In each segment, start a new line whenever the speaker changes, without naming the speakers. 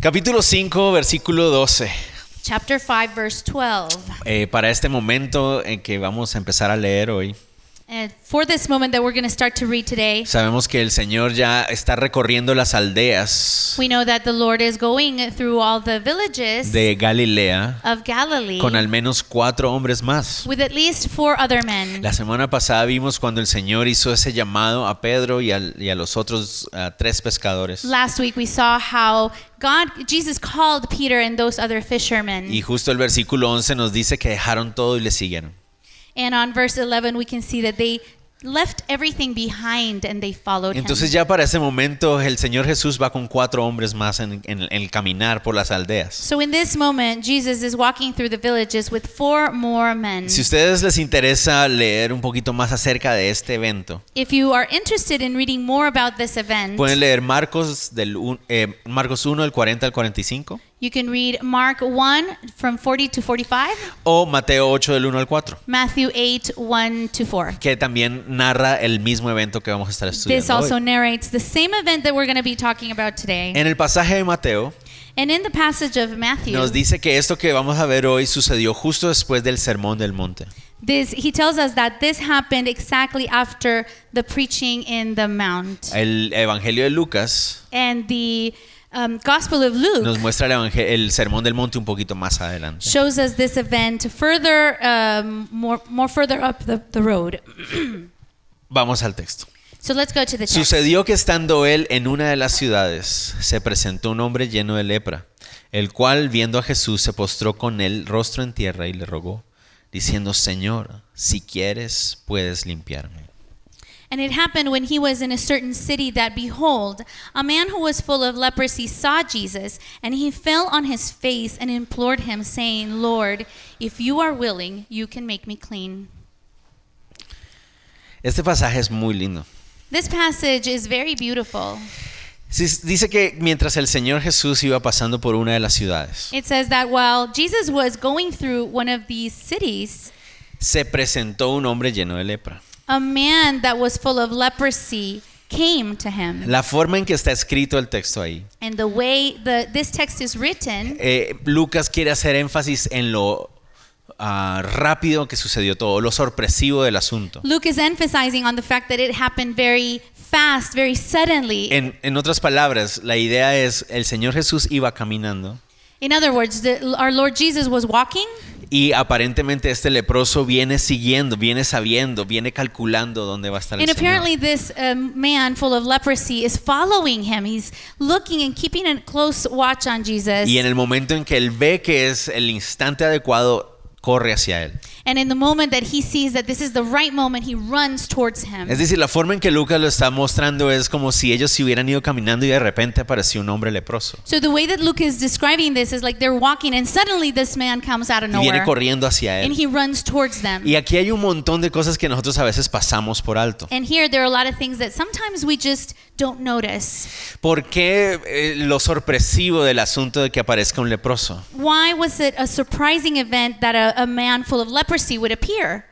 Capítulo 5, versículo 12.
Chapter 5, verse 12.
Eh, para este momento en que vamos a empezar a leer hoy,
And for this moment that we're going to start to read today,
sabemos que el Señor ya está recorriendo las aldeas
we know that the Lord is going through all the villages
de Galilea
of Galilee
con al menos cuatro hombres más.
with at least four other men.
La semana pasada vimos cuando el Señor hizo ese llamado a Pedro y, al- y a los otros ah, tres pescadores.
Last week we saw how God Jesus called Peter and those other fishermen.
Y justo el versículo 11 nos dice que dejaron todo y le siguieron.
And on verse 11 we can see that they left everything behind and they followed
Entonces
him.
ya para ese momento el Señor Jesús va con cuatro hombres más en, en- en el caminar por las aldeas.
So in this moment Jesus is walking through the villages with four more men.
Si a ustedes les interesa leer un poquito más acerca de este evento,
If you are interested in reading more about this event,
pueden leer Marcos, del, un- eh, Marcos 1, del 40 al 45,
You can read Mark 1 from 40 to 45,
o Mateo 8, del 1 al 4,
Matthew 8 1 to 4.
que también narra el mismo evento que vamos a estar
This
estudiando.
also
hoy.
narrates the same event that we're going to be talking about today.
En el pasaje de Mateo
And in the passage of Matthew,
nos dice que esto que vamos a ver hoy sucedió justo después del Sermón del Monte.
this he tells us that this happened exactly after the preaching in the mount.
El Evangelio de Lucas
And the um, Gospel of
nos
Luke
muestra el, evangel- el sermón del monte un poquito más adelante.
shows us this event further um, more more further up the, the road.
Vamos al texto.
So let's go to the text.
Sucedió que estando él en una de las ciudades, se presentó un hombre lleno de lepra, el cual viendo a Jesús se postró con él rostro en tierra y le rogó, diciendo, Señor, si quieres, puedes limpiarme.
And it happened when he was in a certain city that, behold, a man who was full of leprosy saw Jesus, and he fell on his face and implored him, saying, Lord, if you are willing, you can make me clean.
Este pasaje es muy lindo.
This passage is very beautiful.
Sí, Dice que mientras el Señor Jesús iba pasando por una de las ciudades,
It says that while Jesus was going through one of these cities,
se presentó un hombre lleno de lepra.
a man that was full of leprosy came to him.
La forma en que está escrito el texto ahí
And the way the, this text is written,
eh, Lucas quiere hacer énfasis en lo ah, rápido que sucedió todo, lo sorpresivo del asunto.
Luke is emphasizing on the fact that it happened very fast, very suddenly.
En, en otras palabras, la idea es, el Señor Jesús iba caminando
In other words, the, our Lord Jesus was walking,
y aparentemente este leproso viene siguiendo, viene sabiendo, viene calculando dónde va a estar el
and apparently,
Señor.
this um, man full of leprosy is following him. He's looking and keeping a close watch on Jesus.
Y en el momento en que él ve que es el instante adecuado, corre hacia él.
and in the moment that he sees that this is the right moment, he runs towards him.
Es decir, la forma en que Lucas lo está mostrando es como si ellos se hubieran ido caminando y de repente apareció un hombre leproso.
so, the way that Luke is describing this is like they're walking, and suddenly this man comes out of
Y viene
nowhere
corriendo hacia él.
and he runs towards them.
Y aquí hay un montón de cosas que nosotros a veces pasamos por alto.
and here, there are a lot of things that sometimes we just don't notice.
¿Por qué eh, lo sorpresivo del asunto de que aparezca un leproso?
Why was it a surprising event that a, a man full of leprosy would appear?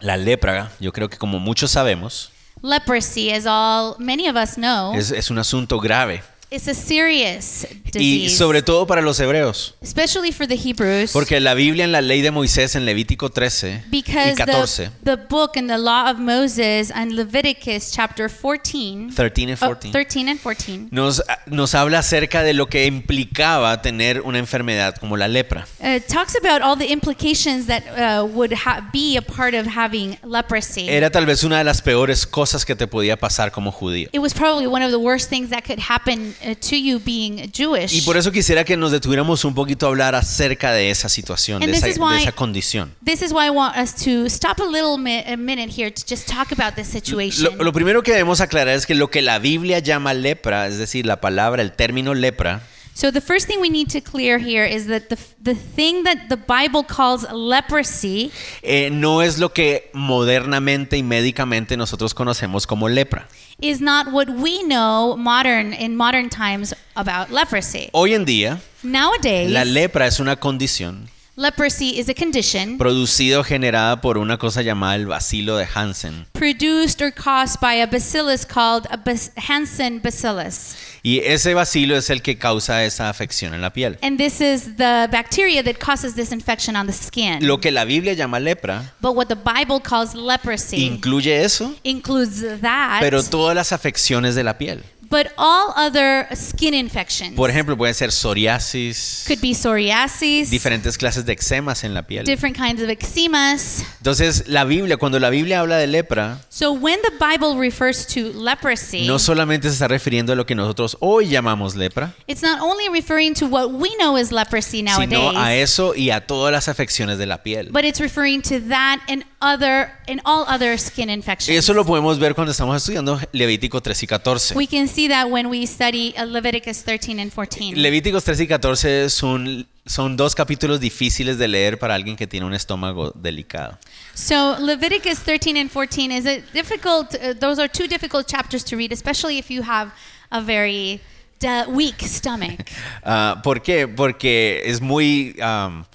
La lepra, yo creo que como muchos sabemos,
Leprosy, as all many of us know,
es, es un asunto grave.
is a serious
Y
disease,
sobre todo para los hebreos.
especially for the Hebrews,
Porque la Biblia en la ley de Moisés, en Levítico 13 y
because
14,
the, the book and the law of Moses and Leviticus chapter 14,
13 y
oh,
14,
13 and 14,
nos, ah, nos habla acerca de lo que implicaba tener una enfermedad como la lepra.
uh, talks about all the implications that uh, would ha- be a part of having leprosy.
Era tal vez una de las peores cosas que te podía pasar como judío.
it was probably one of the worst things that could happen uh, to you being Jewish.
Y por eso quisiera que nos detuviéramos un poquito a hablar acerca de esa situación, de
And
esa,
this is why-
de esa condición.
this is why I want us to stop a little mi- a minute here to just talk about this situation.
Lo, lo primero que debemos aclarar es que lo que la Biblia llama lepra, es decir, la palabra, el término lepra,
So the first thing we need to clear here is that the the thing that the Bible calls leprosy
eh, no es lo que modernamente y médicamente nosotros conocemos como lepra.
is not what we know modern in modern times about leprosy.
Hoy en día,
Nowadays,
la lepra es una condición
Leprosy is a condition
producido o generada por una cosa llamada el bacilo de Hansen.
produced or caused by a bacillus called a bac- Hansen bacillus.
Y ese bacilo es el que causa esa afección en la piel.
And this is the bacteria that causes this infection on the skin.
Lo que la Biblia llama lepra
but what the Bible calls leprosy
incluye eso,
includes that,
pero todas las afecciones de la piel.
but all other skin infections.
Por ejemplo, pueden ser psoriasis,
could be psoriasis,
diferentes clases de eczemas en la piel.
different kinds of eczemas.
Entonces, la Biblia, cuando la Biblia habla de lepra,
So when the Bible refers to leprosy,
no solamente se está refiriendo a lo que nosotros hoy llamamos lepra,
it's not only referring to what we know as leprosy
sino a
nowadays,
eso y a todas las afecciones de la piel.
but it's referring to that and other and all other skin infections.
Eso lo podemos ver cuando estamos estudiando Levítico 3 y 14.
we can see that when we study uh, Leviticus 13 and 14.
Levíticos 3 y 14 es un- son dos capítulos difíciles de leer para alguien que tiene un estómago delicado.
so Leviticus 13 and 14 is a difficult. Uh, those are two difficult chapters to read, especially if you have a very de- weak stomach.
Ah, ¿Por qué? Porque es muy am,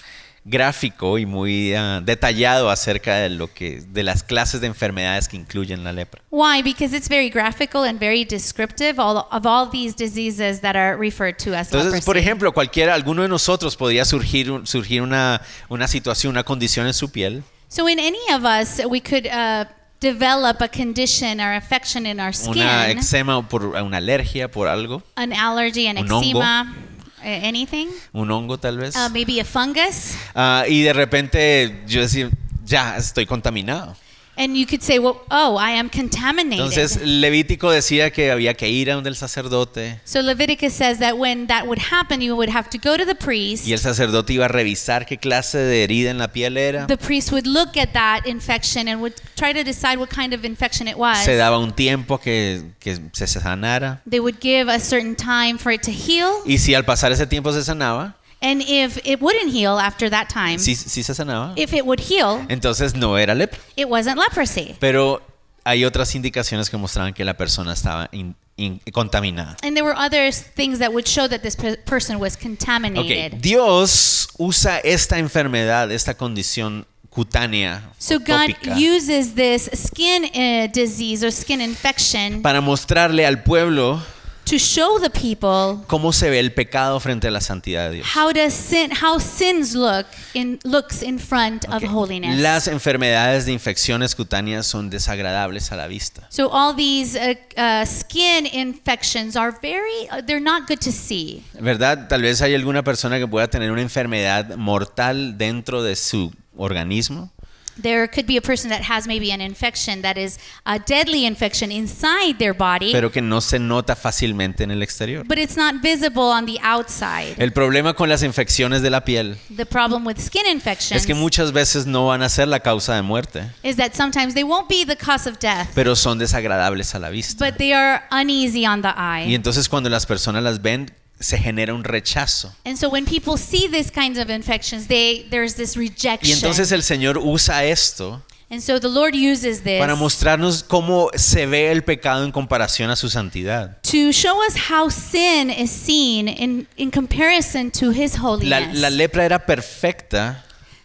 gráfico y muy ah, detallado acerca de, lo que, de las clases de enfermedades que incluyen la lepra.
Why? Because it's very graphical and very descriptive all, of all these diseases that are referred to as
Entonces,
leprosy.
por ejemplo, cualquiera, alguno de nosotros podría surgir, un- surgir una, una situación, una condición en su piel
so in any of us, we could uh, develop a condition or affection in our
una
skin,
eczema o por una alergia por algo,
an allergy, an
Un hongo.
eczema, uh, anything,
un hongo tal vez.
uh, maybe a fungus.
Ah, y de repente yo decir, ya estoy contaminado.
And you could say, well, oh, I am contaminated.
Entonces Levítico decía que había que ir a donde el sacerdote
so Leviticus says that when that would happen, you would have to go to the priest.
y el sacerdote iba a revisar qué clase de herida en la piel era.
The priest would look at that infection and would try to decide what kind of infection it was.
Se daba un tiempo que, que se sanara.
They would give a certain time for it to heal,
Y si al pasar ese tiempo se sanaba,
and if it wouldn't heal after that time,
sí, sí se sanaba,
if it would heal,
entonces no era lepra.
it wasn't leprosy.
Pero hay otras indicaciones que mostraban que la persona estaba in- in- contaminada.
And there were other things that would show that this per- person was
Ok,
contaminated.
Dios usa esta enfermedad, esta condición cutánea
So
o
God
tópica,
uses this skin uh, disease or skin infection
para mostrarle al pueblo
to show the people
cómo se ve el pecado frente a la santidad de Dios.
how does sin how sins look in looks in front of
Ok,
holiness.
Las enfermedades de infecciones cutáneas son desagradables a la vista.
so all these uh, uh, skin infections are very uh, they're not good to see.
¿Verdad? Tal vez hay alguna persona que pueda tener una enfermedad mortal dentro de su organismo,
There could be a person that has maybe an infection that is a deadly infection inside their body,
pero que no se nota fácilmente en el exterior.
but it's not visible on the outside.
El problema con las infecciones de la piel
The problem with skin infections
es que muchas veces no van a ser la causa de muerte,
is that sometimes they won't be the cause of death,
pero son desagradables a la vista.
but they are uneasy on the eye.
Y entonces cuando las personas las ven, se genera un rechazo.
and so when people see these kinds of infections, they there's this rejection.
Y entonces el Señor usa esto
and so the Lord uses this
para mostrarnos cómo se ve el pecado en comparación a su santidad.
to show us how sin is seen in, in comparison to his
La,
holiness.
la lepra era perfecta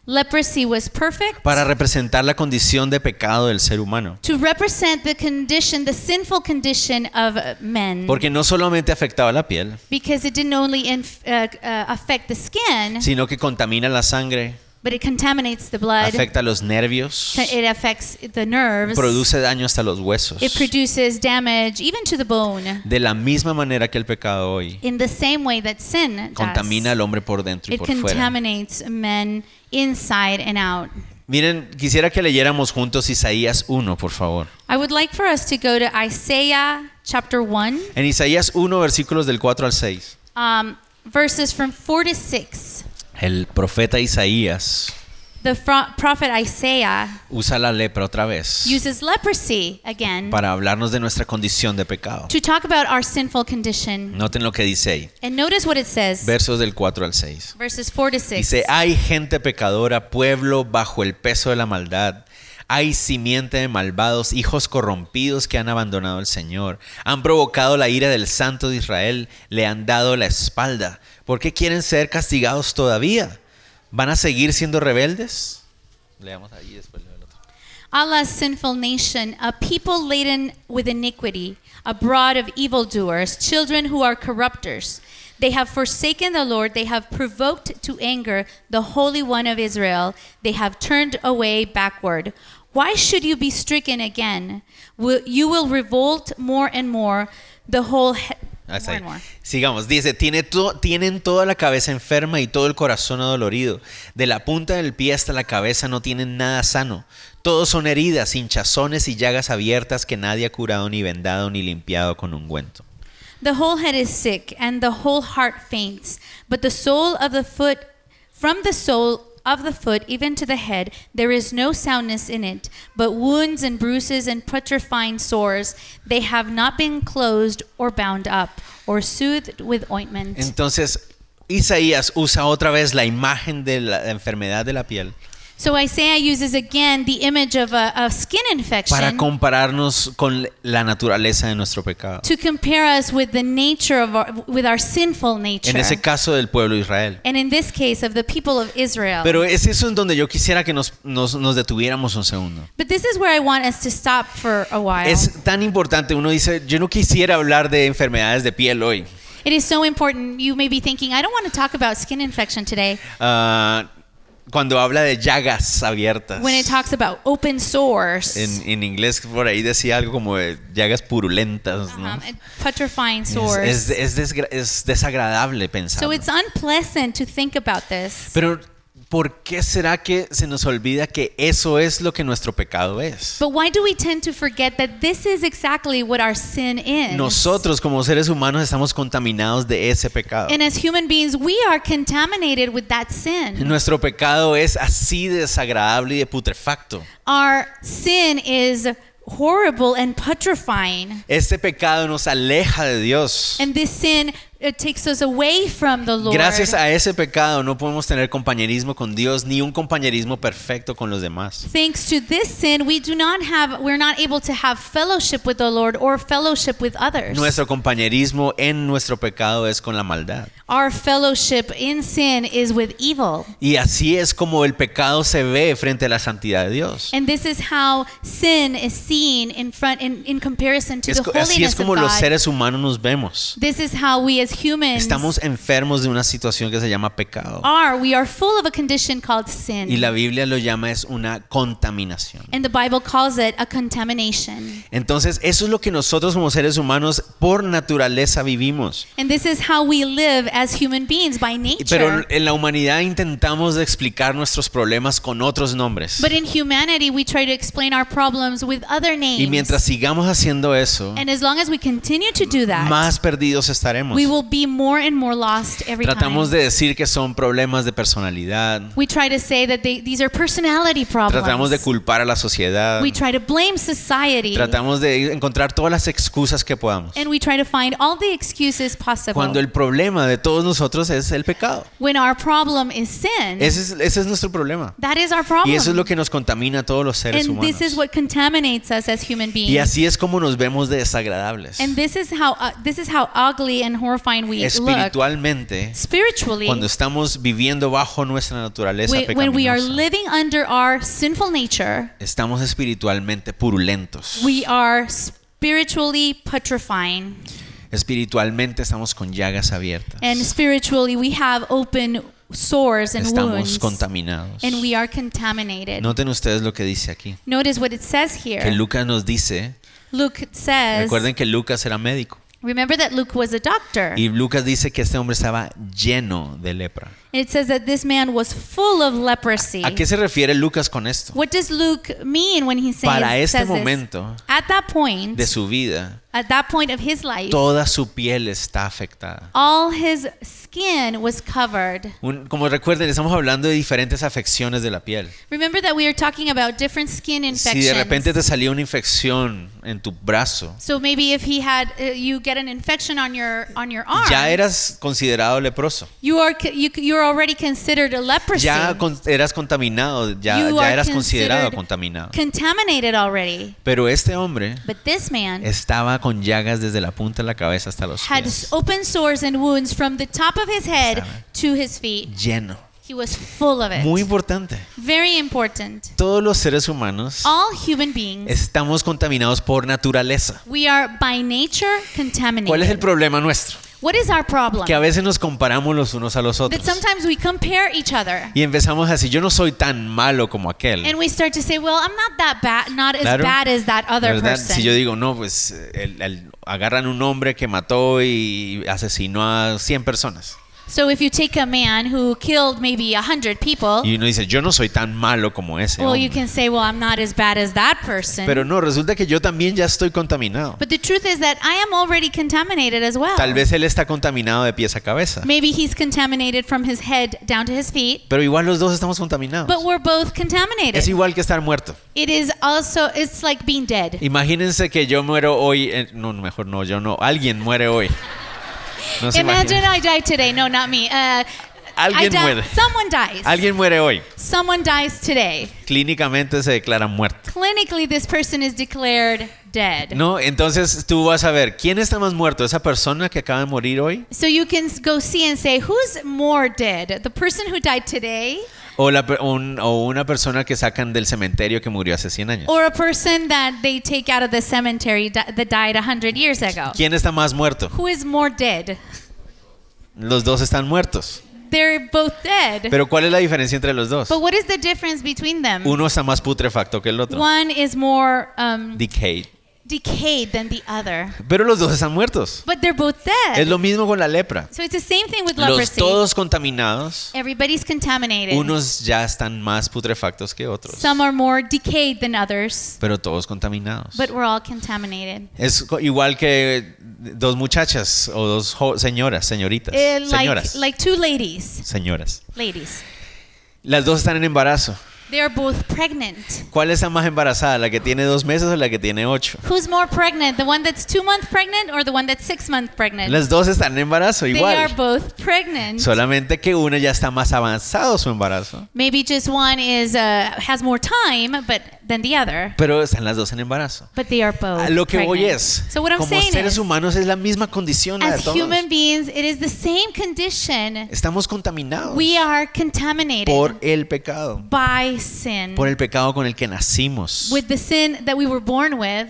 Leprosy was perfect.
para representar la condición de pecado del ser humano.
to represent the condition, the sinful condition of uh, men.
Porque no solamente afectaba la piel,
because it didn't only inf- uh, uh, affect the skin,
sino que contamina la sangre,
but it contaminates the blood.
afecta los nervios,
co- It affects the nerves.
produce daño hasta los huesos.
It produces damage even to the bone.
De la misma manera que el pecado hoy
In the same way that sin
contamina
does.
al hombre por dentro y
It
por fuera.
contaminates men inside and out.
Miren, quisiera que leyéramos juntos Isaías 1, por favor.
I would like for us to go to Isaiah chapter 1,
En Isaías 1, versículos del 4 al 6,
um, verses from 4 to 6.
el profeta Isaías
The fro- prophet Isaiah
usa la lepra otra vez
uses leprosy again
para hablarnos de nuestra condición de pecado.
to talk about our sinful condition.
Noten lo que dice ahí,
And notice what it says
versos del 4 al 6.
verses 4 to 6.
Dice, hay gente pecadora, pueblo bajo el peso de la maldad. Hay simiente de malvados, hijos corrompidos que han abandonado al Señor. Han provocado la ira del Santo de Israel, le han dado la espalda. ¿Por qué quieren ser castigados todavía? ¿Van a seguir siendo rebeldes? Leamos ahí después leo el otro.
Allah's sinful nation, a people laden with iniquity, abroad of evildoers, children who are corrupters. They have forsaken the Lord, they have provoked to anger the Holy One of Israel, they have turned away backward. Why should you be stricken again? Will- You will revolt more and more, the whole. He-
Hasta
more
ahí.
and more.
Ah, Sigamos. Dice, Tiene to- tienen toda la cabeza enferma y todo el corazón adolorido. De la punta del pie hasta la cabeza no tienen nada sano. Todos son heridas, hinchazones y llagas abiertas que nadie ha curado ni vendado ni limpiado con ungüento.
The whole head is sick, and the whole heart faints. But the sole of the foot, from the sole of the foot even to the head, there is no soundness in it, but wounds and bruises and putrefying sores. They have not been closed or bound up, or soothed with ointment.
Entonces, Isaías usa otra vez la imagen de la enfermedad de la piel
so Isaiah uses again the image of a, a skin
para
infection
compararnos con la naturaleza de nuestro pecado.
to compare us with the nature of our, with our sinful nature.
En ese caso del pueblo de Israel.
and in this case, of the people of Israel.
Pero es eso en donde yo quisiera que nos, nos- nos detuviéramos un segundo.
But this is where I want us to stop for a while.
Es tan importante, uno dice, yo no quisiera hablar de enfermedades de piel hoy.
it is so important. You may be thinking, I don't want to talk about skin infection today
Ah, cuando habla de llagas abiertas.
when it talks about open sores,
En, en inglés por ahí decía algo como de llagas purulentas, ¿no?
um, and putrefying sores.
Es, es- es desgra- es desagradable pensar.
so it's unpleasant to think about this.
Pero ¿por qué será que se nos olvida que eso es lo que nuestro pecado es?
But why do we tend to forget that this is exactly what our sin is?
Nosotros como seres humanos estamos contaminados de ese pecado.
and as human beings, we are contaminated with that sin.
Nuestro pecado es así de desagradable y de putrefacto.
Our sin is horrible and putrefying.
Este pecado nos aleja de Dios.
And this sin uh, takes us away from the Lord.
Gracias a ese pecado no podemos tener compañerismo con Dios ni un compañerismo perfecto con los demás.
Thanks to this sin, we do not have, we're not able to have fellowship with the Lord or fellowship with others.
Nuestro compañerismo en nuestro pecado es con la maldad.
Our fellowship in sin is with evil.
Y así es como el pecado se ve frente a la santidad de Dios.
And this is how sin is seen in front, in, in comparison to
Es
the
co-
holiness
así es como
of
los
God.
seres humanos nos vemos.
This is how we as humans
Estamos enfermos de una situación que se llama pecado.
are. We are full of a condition called sin.
Y la Biblia lo llama es una contaminación.
and the Bible calls it a contamination.
Entonces, eso es lo que nosotros como seres humanos por naturaleza vivimos.
And this is how we live as human beings by nature.
Pero en la humanidad intentamos de explicar nuestros problemas con otros nombres.
But in humanity, we try to explain our problems with other names.
Y mientras sigamos haciendo eso,
and as long as we continue to do that,
más perdidos estaremos.
we will be more and more lost every
Tratamos
time.
de decir que son problemas de personalidad.
we try to say that they, these are personality problems.
Tratamos de culpar a la sociedad.
we try to blame society.
Tratamos de encontrar todas las excusas que podamos.
and we try to find all the excuses possible
Cuando el problema de todos nosotros es el pecado.
when our problem is sin.
Ese es, ese es nuestro problema.
that is our problem.
Y eso es lo que nos contamina a todos los seres
and
humanos.
this is what contaminates us as human beings.
Y así es como nos vemos de desagradables.
and this is how uh, this is how ugly and horrifying we look
Espiritualmente,
spiritually.
cuando estamos viviendo bajo nuestra naturaleza
Wh- when we are
pecaminosa,
living under our sinful nature,
estamos espiritualmente purulentos.
we are spiritually putrefying,
Espiritualmente estamos con llagas abiertas.
and spiritually we have open sores and
Estamos
wounds,
contaminados.
and we are contaminated.
Noten ustedes lo que dice aquí.
Notice what it says here.
Que Lucas nos dice,
Luke says,
recuerden que Lucas era médico.
remember that Luke was a doctor.
Y Lucas dice que este hombre estaba lleno de lepra.
And it says that this man was full of leprosy.
¿A qué se refiere Lucas con esto?
What does Luke mean when he says,
Para este
says this?
momento
At that point,
de su vida,
at that point of his life,
toda su piel está afectada.
all his skin was covered.
Un- como recuerden, estamos hablando de diferentes afecciones de la piel.
Remember that we are talking about different skin
Si
infections.
de repente te salía una infección en tu brazo,
so maybe if he had, uh, you get an infection on your on your arm,
ya eras considerado leproso.
you are c- you c- you're already considered a leprosy.
Ya con- eras contaminado, ya,
Pues You
ya
are
eras considerado
considered
contaminado.
contaminated already.
Pero este hombre
But this man
estaba con llagas desde la punta de la cabeza hasta los
had
pies,
open sores and wounds from the top of his head
Sabe.
to his feet.
lleno.
He was full of it.
Muy importante.
Very important.
Todos los seres humanos
All human beings,
estamos contaminados por naturaleza.
we are by nature
¿Cuál es el
contaminated.
problema nuestro?
What is our problem?
Que a veces nos comparamos los unos a los
That
otros.
sometimes we compare each other.
Y empezamos así, yo no soy tan malo como aquel.
And we start to say, well, I'm not that bad, not as
Claro.
bad as that other
¿Verdad? Si yo
person.
digo, no, pues el- el- agarran un hombre que mató y asesinó a 100 personas.
So if you take a man who killed maybe 100 people,
Y uno dice, yo no soy tan malo como ese.
Oh. well,
hombre".
you can say, well, I'm not as bad as that person.
um, Pero no, resulta que yo también ya estoy contaminado.
but the truth is that I am already contaminated as well.
Tal vez él está contaminado de pies a cabeza.
Maybe he's contaminated from his head down to his feet,
Pero igual los dos estamos contaminados.
but we're both contaminated.
Es igual que estar muerto.
It is also, it's like being dead.
Imagínense que yo muero hoy. eh, no, mejor no, yo no. Alguien muere hoy. No se
Imagine
imaginan.
I die today. No, not me. Uh, I
Alguien
die,
muere.
someone dies.
Alguien muere hoy.
Someone dies today.
Clínicamente se declara muerto.
Clinically, this person is declared dead.
No, entonces tú vas a ver quién está más muerto, esa persona que acaba de morir hoy
So you can s- go see and say, who's more dead? The person who died today
o, la, per- un- o una persona que sacan del cementerio que murió hace 100 años.
or a person that they take out of the cemetery di- that died 100 years ago?
¿Quién está más muerto?
Who is more dead?
Los dos están muertos.
They're both dead.
Pero ¿cuál es la diferencia entre los dos?
but what is the difference between them?
Uno está más putrefacto que el otro.
One is more um,
Decay.
decayed than the other.
Pero los dos están muertos.
But they're both dead.
Es lo mismo con la lepra.
so it's the same thing with
Los
leprosy.
todos contaminados,
Everybody's contaminated.
unos ya están más putrefactos que otros.
Some are more decayed than others,
Pero todos contaminados.
but we're all contaminated.
Es co- igual que dos muchachas o dos jo- señoras, señoritas.
Eh, like,
señoras.
like two ladies.
Señoras.
Ladies.
Las dos están en embarazo.
They are both pregnant.
¿Cuál está más embarazada? ¿La que tiene dos meses o la que tiene ocho?
Who's more pregnant? The one that's two month pregnant or the one that's six month pregnant?
Las dos están en embarazo
they are
igual.
both pregnant.
Solamente que una ya está más avanzado su embarazo.
Maybe just one is uh, has more time, but than the other.
Pero están las dos en embarazo.
But they are both.
A lo que voy
Oh, pregnant.
es,
So what I'm
como
saying
seres
is,
humanos es la misma condición la de
as
todos.
human beings, it is the same condition.
Estamos contaminados
We are contaminated
por el pecado,
by sin,
por el pecado con el que nacimos
with the sin that we were born with,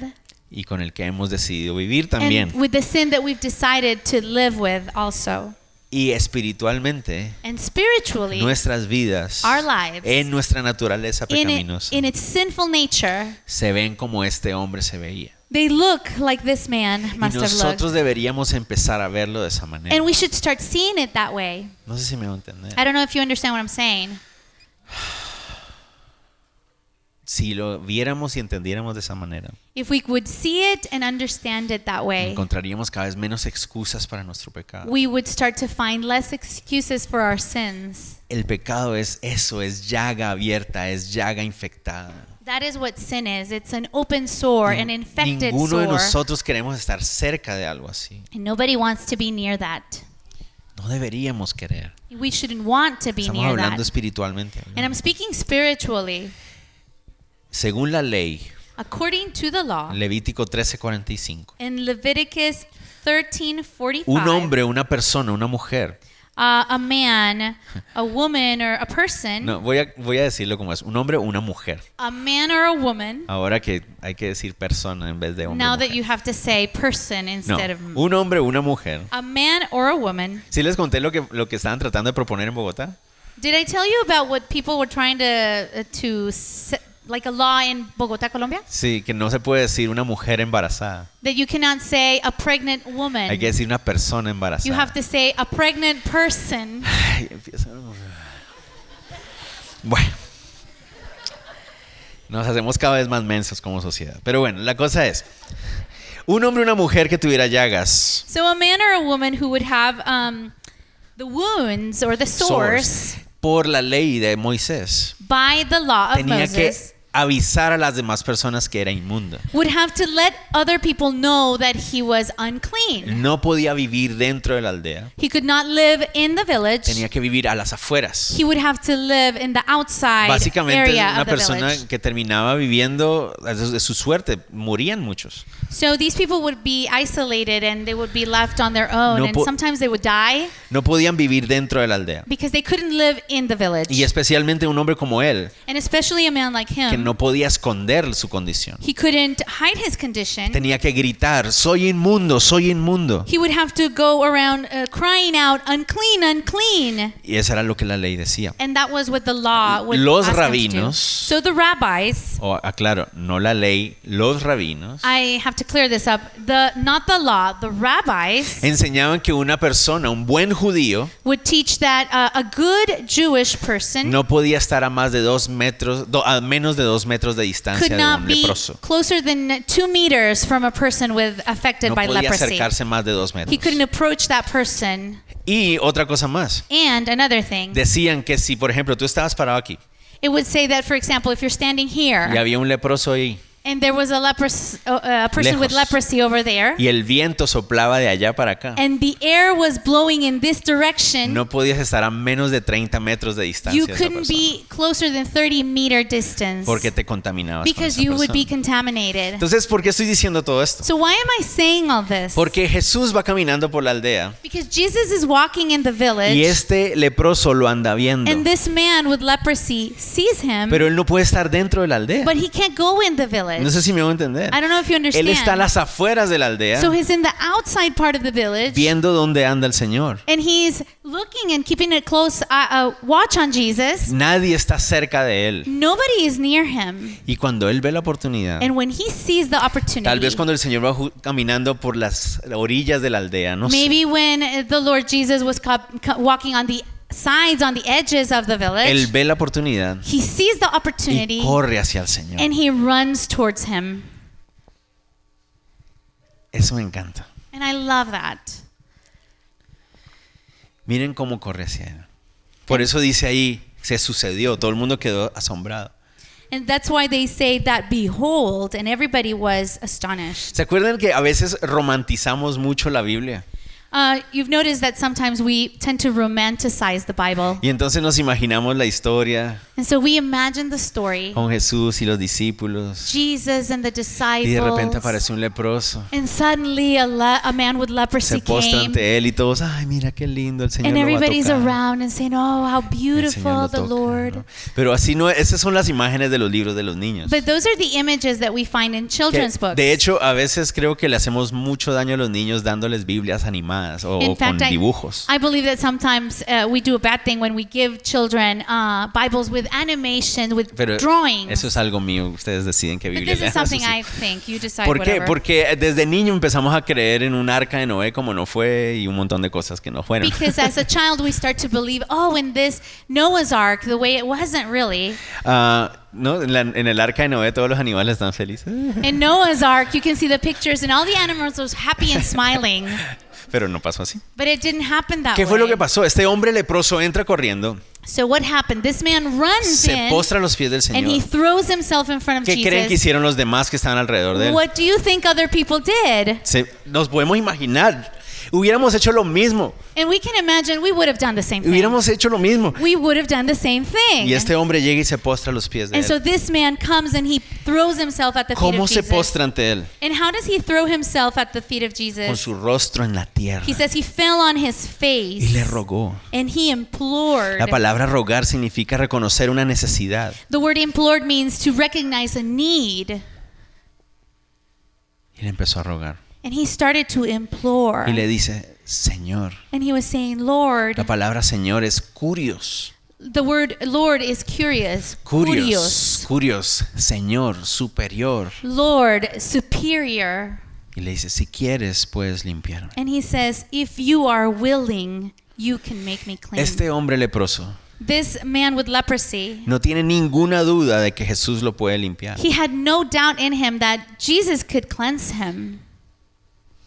y con el que hemos decidido vivir
and
también.
with the sin that we've decided to live with also.
Y espiritualmente,
And spiritually,
nuestras vidas,
Our lives,
en nuestra naturaleza
in, it,
pecaminosa,
in its sinful nature,
se ven como este hombre se veía.
they look like this man
Y
must have
nosotros
looked.
deberíamos empezar a verlo de esa manera.
And we should start seeing it that way.
No sé si me va a entender.
I don't know if you understand what I'm saying.
Si lo viéramos y entendiéramos de esa manera,
If we would see it and understand it that way,
encontraríamos cada vez menos excusas para nuestro pecado.
we would start to find less excuses for our sins.
El pecado es eso, es llaga abierta, es llaga infectada.
That is what sin is. It's an open sore, an infected
Ninguno de
sore.
nosotros queremos estar cerca de algo así.
And nobody wants to be near that.
No deberíamos querer.
We shouldn't want to be
Estamos
near
hablando
that.
espiritualmente.
And I'm speaking spiritually.
Según la ley,
According to the law,
Levítico 13:45,
in Leviticus 13:45,
un hombre, una persona, una mujer,
uh, a man, a woman, or a person,
no, voy a, voy a decirlo como es, un hombre, una mujer.
a man or a woman.
Ahora que hay que decir persona en vez de hombre.
now
mujer.
that you have to say person
No,
instead of
un hombre, una mujer.
a man or a woman.
¿Sí les conté lo que, lo que estaban tratando de proponer en Bogotá?
Did I tell you about what people were trying to uh, to set, like a law in Bogota, Colombia,
Sí, que no se puede decir una mujer embarazada.
that you cannot say a pregnant woman.
Hay que decir una persona
you have
embarazada.
to say a pregnant person.
Ay, empiezan- Bueno. Nos hacemos cada vez más mensos como sociedad. Pero bueno, la cosa es, un hombre, una mujer que tuviera llagas,
So a man or a woman who would have um, the wounds or the
sores,
sores
por la ley de Moisés,
by the law of
tenía que
Moses
avisar a las demás personas que era inmunda.
would have to let other people know that he was unclean.
No podía vivir dentro de la aldea,
He could not live in the village.
tenía que vivir a las afueras.
He would have to live in the outside
Básicamente
area
una
of the
persona
village.
que terminaba viviendo de su suerte, morían muchos.
So these people would be isolated and they would be left on their own.
No
and
po-
sometimes they would die
No podían vivir dentro de la aldea.
because they couldn't live in the village.
Y especialmente un hombre como él,
And especially a man like
que
him,
no podía esconder su condición.
he couldn't hide his condition.
Tenía que gritar, soy inmundo, soy inmundo.
He would have to go around uh, crying out, unclean, unclean.
Y eso era lo que la ley decía.
And that was what the law would
Los
ask him to do.
rabinos-
So the rabbis,
O aclaro, no la ley, los rabinos
I have to clear this up. The not the law, the rabbis
enseñaban que una persona, un buen judío,
would teach that uh, a good Jewish person
no podía estar a más de dos metros, do- a menos de dos metros de
could
distancia de
not
un
be
leproso.
closer than two meters from a person with affected
No
by
podía
leprosy.
acercarse más de dos metros.
He couldn't approach that person.
Y otra cosa más.
And another thing,
Decían que si, por ejemplo, tú estabas parado aquí
it would say that, for example, if you're standing here
y había un leproso ahí
and there was a lepros- uh, uh, a person with
Lejos.
leprosy over there,
y el viento soplaba de allá para acá,
and the air was blowing in this direction,
no podías estar a menos de 30 metros de distancia
you
de esa
couldn't
persona
be closer than 30 meter distance
porque te contaminabas. con
because
esa
you would
persona.
be contaminated.
Entonces, ¿por qué estoy diciendo todo esto?
So why am I saying all this?
Porque Jesús va caminando por la aldea
because Jesus is walking in the village
y este leproso lo anda viendo,
and this man with leprosy sees him,
pero él no puede estar dentro de la aldea.
but he can't go in the village.
No sé si me voy a entender.
I don't know if you
Él
understand.
está a las afueras de la aldea
so he's in the outside part of the village
viendo dónde anda el Señor.
and he's looking and keeping a close uh, uh, watch on Jesus.
Nadie está cerca de él.
Nobody is near him.
Y cuando él ve la oportunidad,
And when he sees the opportunity,
Tal vez cuando el Señor va ju- caminando por las orillas de la aldea, no sé.
Maybe when uh, the Lord Jesus was co- co- walking on the sides, on the edges of the
Él
village,
ve la oportunidad
he sees the opportunity
y corre hacia el Señor.
and he runs towards him.
Eso me encanta.
And I love that.
Miren cómo corre hacia él. Por eso dice ahí, se sucedió, todo el mundo quedó asombrado.
And that's why they say that behold, and everybody was astonished.
¿Se acuerdan que a veces romantizamos mucho la Biblia?
Uh, you've noticed that sometimes we tend to romanticize the Bible.
Y entonces nos imaginamos la historia
And so we imagine the story
con Jesús y los discípulos.
Jesus and the
Y de repente
disciples.
aparece un leproso.
And suddenly a, le- a man with
Se
leprosy
postra
came.
ante él y todos, ay, mira qué lindo, el Señor
And
lo va a
everybody's
tocar".
around and saying, "Oh, how
El Señor
beautiful
lo
the
toca,
Lord."
¿no? Pero así no, esas son las imágenes de los libros de los niños.
But those are the images that we find in
Que,
children's books.
de hecho, a veces creo que le hacemos mucho daño a los niños dándoles Biblias animadas o,
in
o con
fact, I,
dibujos.
I believe that sometimes uh, we do a bad thing when we give children uh, Bibles with animation, with
Pero
drawings.
eso es algo mío, ustedes deciden qué
but
Biblia
this
lean,
is something
eso sí.
I think. You decide
¿Por qué?
whatever.
Porque desde niño empezamos a creer en un arca de Noé como no fue y un montón de cosas que no fueron.
because as a child we start to believe, oh, in this Noah's Ark, the way it wasn't really.
Ah, ¿no? en, la- en el arca de Noé todos los animales están felices,
In Noah's Ark, you can see the pictures, and all the animals was happy and smiling.
pero no pasó así.
But it didn't happen that
¿Qué
way.
fue lo que pasó? Este hombre leproso entra corriendo,
So what happened? This man runs
se
in
postra a los pies del
and he
Señor.
throws himself in front of
¿Qué creen que
Jesus.
hicieron los demás que estaban alrededor de él?
What do you think other people did?
Se- nos podemos imaginar. Hubiéramos hecho lo mismo.
And we can imagine we would have done the same thing.
Hubiéramos hecho lo mismo.
we would have done the same thing.
Y este hombre llega y se postra a los pies de
and so
él.
this man comes and he throws himself at the feet
¿Cómo
of
se
Jesus.
postra ante él?
And how does he throw himself at the feet of
Con
Jesus?
su rostro en la tierra.
He says he fell on his
Y
face
le rogó.
and he implored.
La palabra rogar significa reconocer una necesidad.
the word implored means to recognize a need.
Y le empezó a rogar.
And he started to implore.
Y le dice, Señor.
and he was saying, Lord,
La palabra Señor es curios.
The word Lord is curious.
Curios. Curios. Señor, superior.
Lord, superior.
Y le dice, si quieres, puedes limpiarme.
And he says, if you are willing, you can make me clean.
Este hombre leproso
this man with leprosy,
no tiene ninguna duda de que Jesús lo puede limpiar.
he had no doubt in him that Jesus could cleanse him,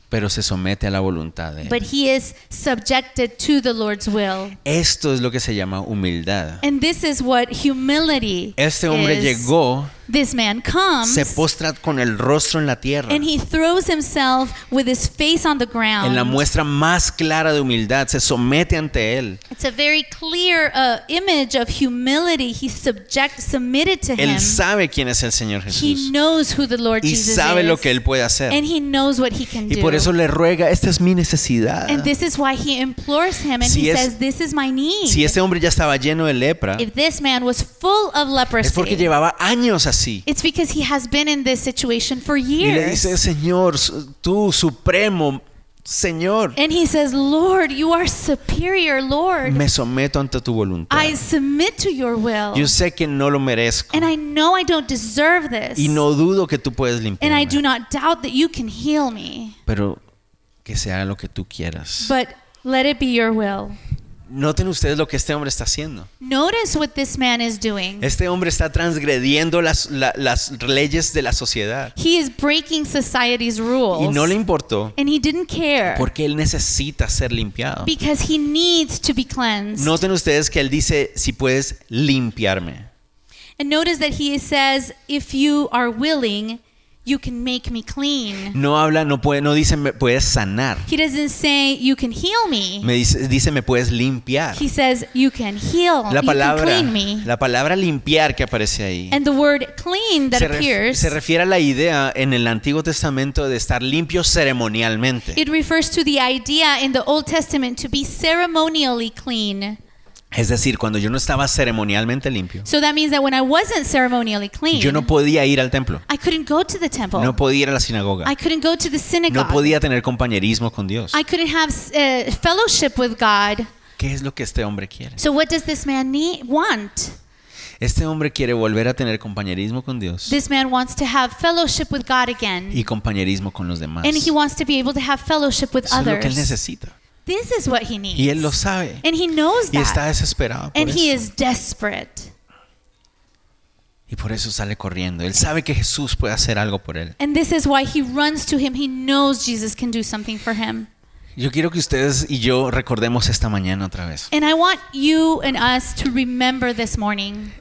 pero se somete a la voluntad de él.
but he is subjected to the Lord's will.
Esto es lo que se llama humildad.
And this is what humility
Este hombre
is.
llegó
This man comes
se postra con el rostro en la tierra.
and he throws himself with his face on the
En
ground.
la muestra más clara de humildad, se somete ante él.
It's a very clear uh, image of humility. He subject submitted to him.
Él sabe quién es el Señor
He
Jesús
knows who the Lord
y
Jesus
sabe
is,
lo que él puede hacer.
and he knows what he can
Y
do.
por eso le ruega, esta es mi necesidad.
and this is why he implores him, and
Si
he
es-
says, "This is my need."
Si este hombre ya estaba lleno de lepra,
if this man was full of leprosy,
es porque llevaba años así.
it's because he has been in this situation for
Y
years.
le dice, Señor, su- tú, supremo, Señor,
and he says, "Lord, you are superior, Lord.
me someto ante tu voluntad.
I submit to your will,
Yo sé que no lo merezco
Oh. and I know I don't deserve this,
y no dudo que tú puedes
and I do
limpiarme,
not doubt that you can heal me."
pero que se haga lo que tú quieras.
But let it be your will.
Noten ustedes lo que este hombre está haciendo.
Notice what this man is doing.
Este hombre está transgrediendo las, la- las leyes de la sociedad.
He is breaking society's
Y
rules.
no le importó
and he didn't care
porque él necesita ser limpiado.
because he needs to be cleansed.
Noten ustedes que él dice, si puedes limpiarme.
And notice that he says, if you are willing, you can make me clean.
No habla, no puede, no dice, me puedes sanar.
He doesn't say, you can heal me.
Me dice, dice, me puedes limpiar.
He says, you can heal.
La
you
palabra,
can clean me.
la palabra limpiar que aparece ahí.
and the word clean that
Se, ref-
appears,
se refiere a la idea en el Antiguo Testamento de estar limpio ceremonialmente.
it refers to the idea in the Old Testament to be ceremonially clean.
Es decir, cuando yo no estaba ceremonialmente limpio,
So that means that when I wasn't ceremonially clean,
yo no podía ir al templo,
I couldn't go to the temple.
no podía ir a la sinagoga,
I couldn't go to the
no
synagogue.
podía tener compañerismo con Dios.
I couldn't have uh, fellowship with God.
¿Qué es lo que este hombre quiere?
So what does this man need want?
Este hombre quiere volver a tener compañerismo con Dios
This man wants to have fellowship with God again.
y compañerismo con los demás.
and he wants to be able to have fellowship with
Eso es lo que él
others.
necesita.
This is what he needs.
Y él lo sabe.
and he knows
Y está
that.
desesperado. Por
And he
eso.
is desperate.
Y por eso sale corriendo. Él sabe que Jesús puede hacer algo por él.
And this is why he runs to him. He knows Jesus can do something for him.
Yo quiero que ustedes y yo recordemos esta mañana otra vez.
And I want you and us to remember this morning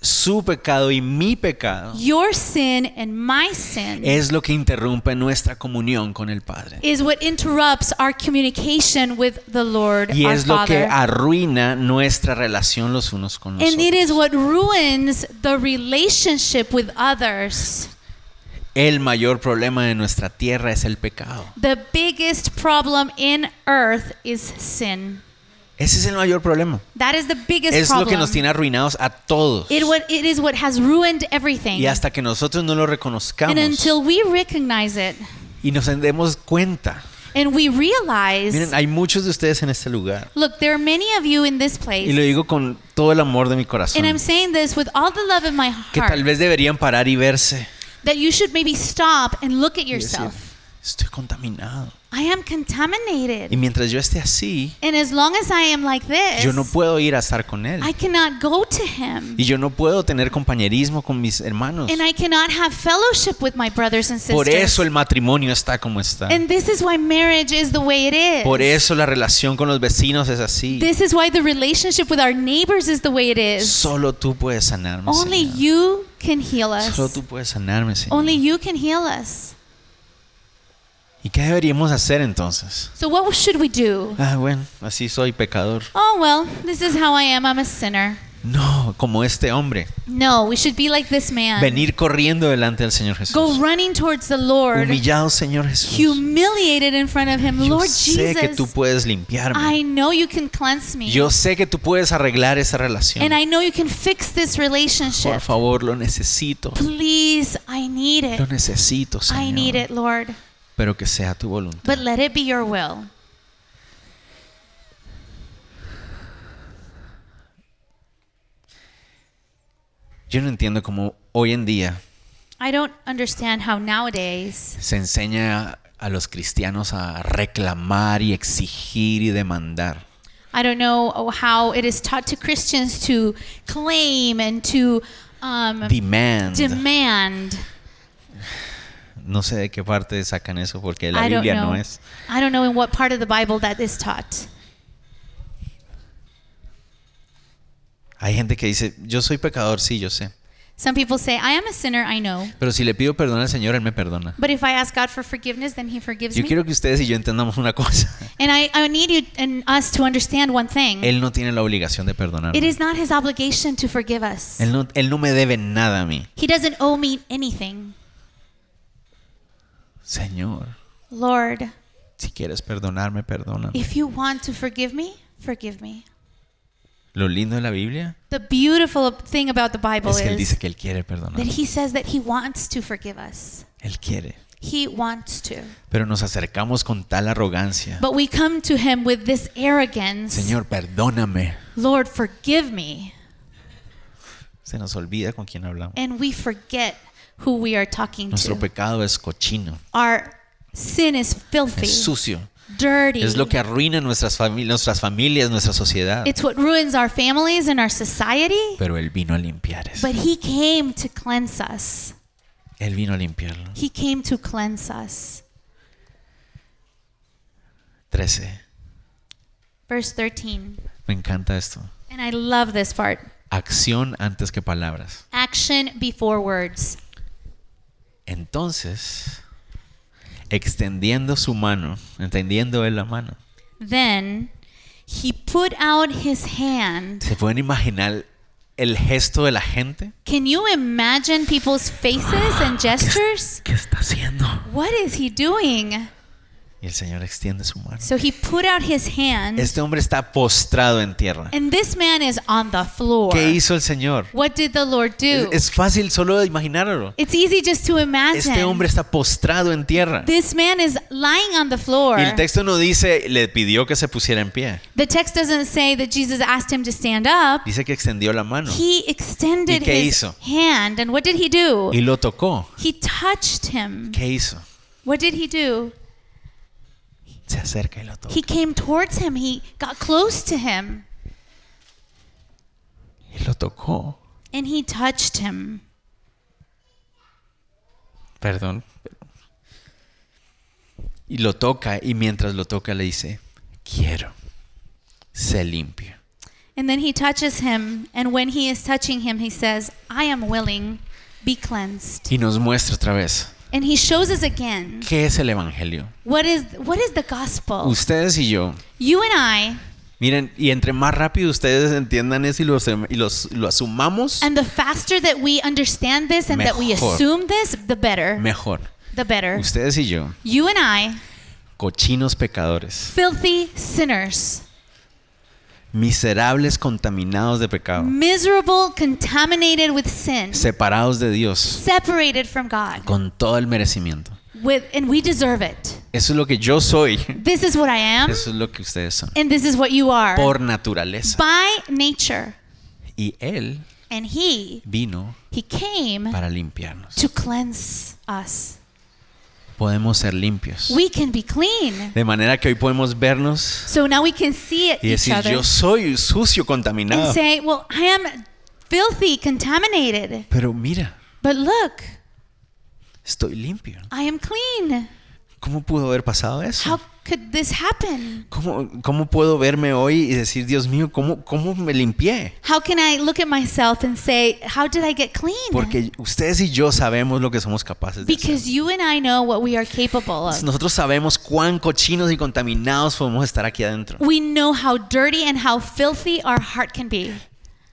Su pecado y mi pecado
your sin and my sin
es lo que interrumpe nuestra comunión con el Padre.
is what interrupts our communication with the Lord,
Y
our
es lo que
Father.
arruina nuestra relación los unos con
and it
nosotros.
is what ruins the relationship with others.
El mayor problema de nuestra tierra es el pecado.
The biggest problem in earth is sin.
Ese es el mayor problema.
That is the biggest
Es lo
problem.
que nos tiene arruinados a todos.
it, what, it is what has ruined everything.
Y hasta que nosotros no lo
and
reconozcamos
until we recognize it
y nos demos cuenta.
and we realize,
Miren, hay muchos de ustedes en este lugar.
look, there are many of you in this place.
Y lo digo con todo el amor de mi corazón.
and I'm saying this with all the love in my
Que
heart
tal vez deberían parar y verse.
that you should maybe stop and look at
Y decir,
yourself.
Estoy contaminado.
I am contaminated.
Y mientras yo esté así,
And as long as I am like this,
yo no puedo ir a estar con él.
I cannot go to him.
Y yo no puedo tener compañerismo con mis hermanos.
And I cannot have fellowship with my brothers and sisters.
Por eso el matrimonio está como está.
and this is why marriage is the way it is.
Por eso la relación con los vecinos es así.
This is why the relationship with our neighbors is the way it is.
Solo tú puedes sanarme.
Only
Señor.
you can heal us.
Solo tú puedes sanarme, Señor.
Only you can heal us.
¿Y qué deberíamos hacer entonces?
So what should we do?
Ah, bueno, así soy pecador.
Oh well, this is how I am. I'm a sinner.
No, como este hombre.
No, we should be like this man.
Venir corriendo delante del Señor
Ah. Go
Jesús.
running towards the Lord.
Humillado, Señor Jesús.
humiliated in front of him.
Yo
Lord
sé que tú
Jesus,
puedes limpiarme.
I know you can cleanse me.
Yo sé que tú puedes arreglar esa relación.
and I know you can fix this
Por
relationship.
favor, lo necesito.
Please, I need
Lo
it.
necesito,
I need
Señor.
it, Lord.
Pero que sea tu voluntad.
But let it be your will.
Yo no entiendo cómo hoy en día
I don't understand how nowadays
se enseña a- a los cristianos a reclamar y exigir y demandar.
I don't know how it is taught to Christians to claim and to um,
Demand.
demand.
No sé de qué parte sacan eso porque la
I don't
Biblia
know.
no es.
I don't know in what part of the Bible that is taught.
Hay gente que dice, yo soy pecador, sí, yo sé.
Some people say, I am a sinner, I know.
Pero si le pido perdón al Señor, Él me perdona.
But if I ask God for forgiveness, then He forgives
Yo
me.
quiero que ustedes y yo entendamos una cosa.
And I, I need you and us to understand one thing
Él no tiene la obligación de perdonar.
it
Él
is not His obligation to forgive us,
no, él no me debe nada a mí.
He doesn't owe me anything.
Señor,
Lord,
si quieres perdonarme, perdóname.
if you want to forgive me, forgive me.
Lo lindo de la Biblia
The beautiful thing about the Bible
es que Él
is
dice que Él quiere perdonar.
that He says that He wants to forgive us.
Él quiere.
He wants to.
Pero nos acercamos con tal arrogancia.
But we come to Him with this arrogance
Señor, perdóname.
Lord, forgive me.
Se nos olvida con quién hablamos.
And we forget who we are talking
Nuestro
to.
pecado es cochino,
Our sin is filthy,
es sucio.
dirty.
Es lo que arruina nuestras, fami- nuestras familias, nuestra sociedad.
It's what ruins our families and our society.
Pero Él vino a limpiar eso.
But He came to cleanse us.
Él vino a limpiarlo.
He came to cleanse us.
13.
Verse 13.
Me encanta esto.
And I love this part.
Acción antes que palabras.
Action before words.
Entonces, extendiendo su mano, entendiendo él la mano.
Then he put out his hand.
¿Se pueden imaginar el gesto de la gente?
Can you imagine people's faces and gestures?
¿Qué está haciendo?
What is he doing?
Y el Señor extiende su mano.
So he put out his hand,
Este hombre está postrado en tierra.
and this man is on the floor.
¿Qué hizo el Señor?
What did the Lord
Es,
do?
es fácil solo de imaginarlo.
It's easy just to imagine.
Este hombre está postrado en tierra.
This man is lying on the floor.
Y el texto no dice, le pidió que se pusiera en pie.
The text doesn't say that Jesus asked him to stand up.
Dice que extendió la mano
He extended
¿Y qué
his
hizo?
hand, and what did he do?
y lo tocó.
He touched him.
¿Qué hizo?
What did he do?
Se acerca y lo toca.
He came towards him. He got close to him,
Y lo tocó.
and he touched him.
Perdón. Y lo toca y mientras lo toca le dice, quiero, se limpio.
And then he touches him, and when he is touching him, he says, I am willing, be cleansed.
Y nos muestra otra vez,
And he shows us again
¿qué es el Evangelio?
what is what is the gospel?
Ustedes y yo,
You and I,
miren, y entre más rápido ustedes entiendan eso y, los- y los- lo asumamos,
and the faster that we understand this and that we
Mejor.
assume this, the better.
mejor.
The better.
Ustedes y yo,
You and I,
cochinos pecadores,
filthy sinners,
miserables contaminados de pecado,
miserable, contaminated with sin,
separados de Dios,
separated from God.
con todo el merecimiento.
With and we deserve it.
Eso es lo que yo soy,
This is what I am,
eso es lo que ustedes son,
and this is what you are.
por naturaleza.
By nature.
Y Él
And he,
vino
he came
para limpiarnos.
to cleanse us.
Podemos ser limpios.
We can be clean.
De manera que hoy podemos vernos
So now we can see
y
each
decir,
other
yo soy sucio,
and
contaminado.
say, well, I am filthy, contaminated.
Pero mira,
But look,
estoy limpio.
I am clean.
¿Cómo pudo haber pasado eso?
How could this happen?
¿Cómo, cómo puedo verme hoy y decir, Dios mío, ¿cómo, cómo me limpié?
How can I look at myself and say, how did I get clean?
Porque ustedes y yo sabemos lo que somos capaces de hacer.
because you and I know what we are capable of.
Nosotros sabemos cuán cochinos y contaminados podemos estar aquí adentro.
We know how dirty and how filthy our heart can be.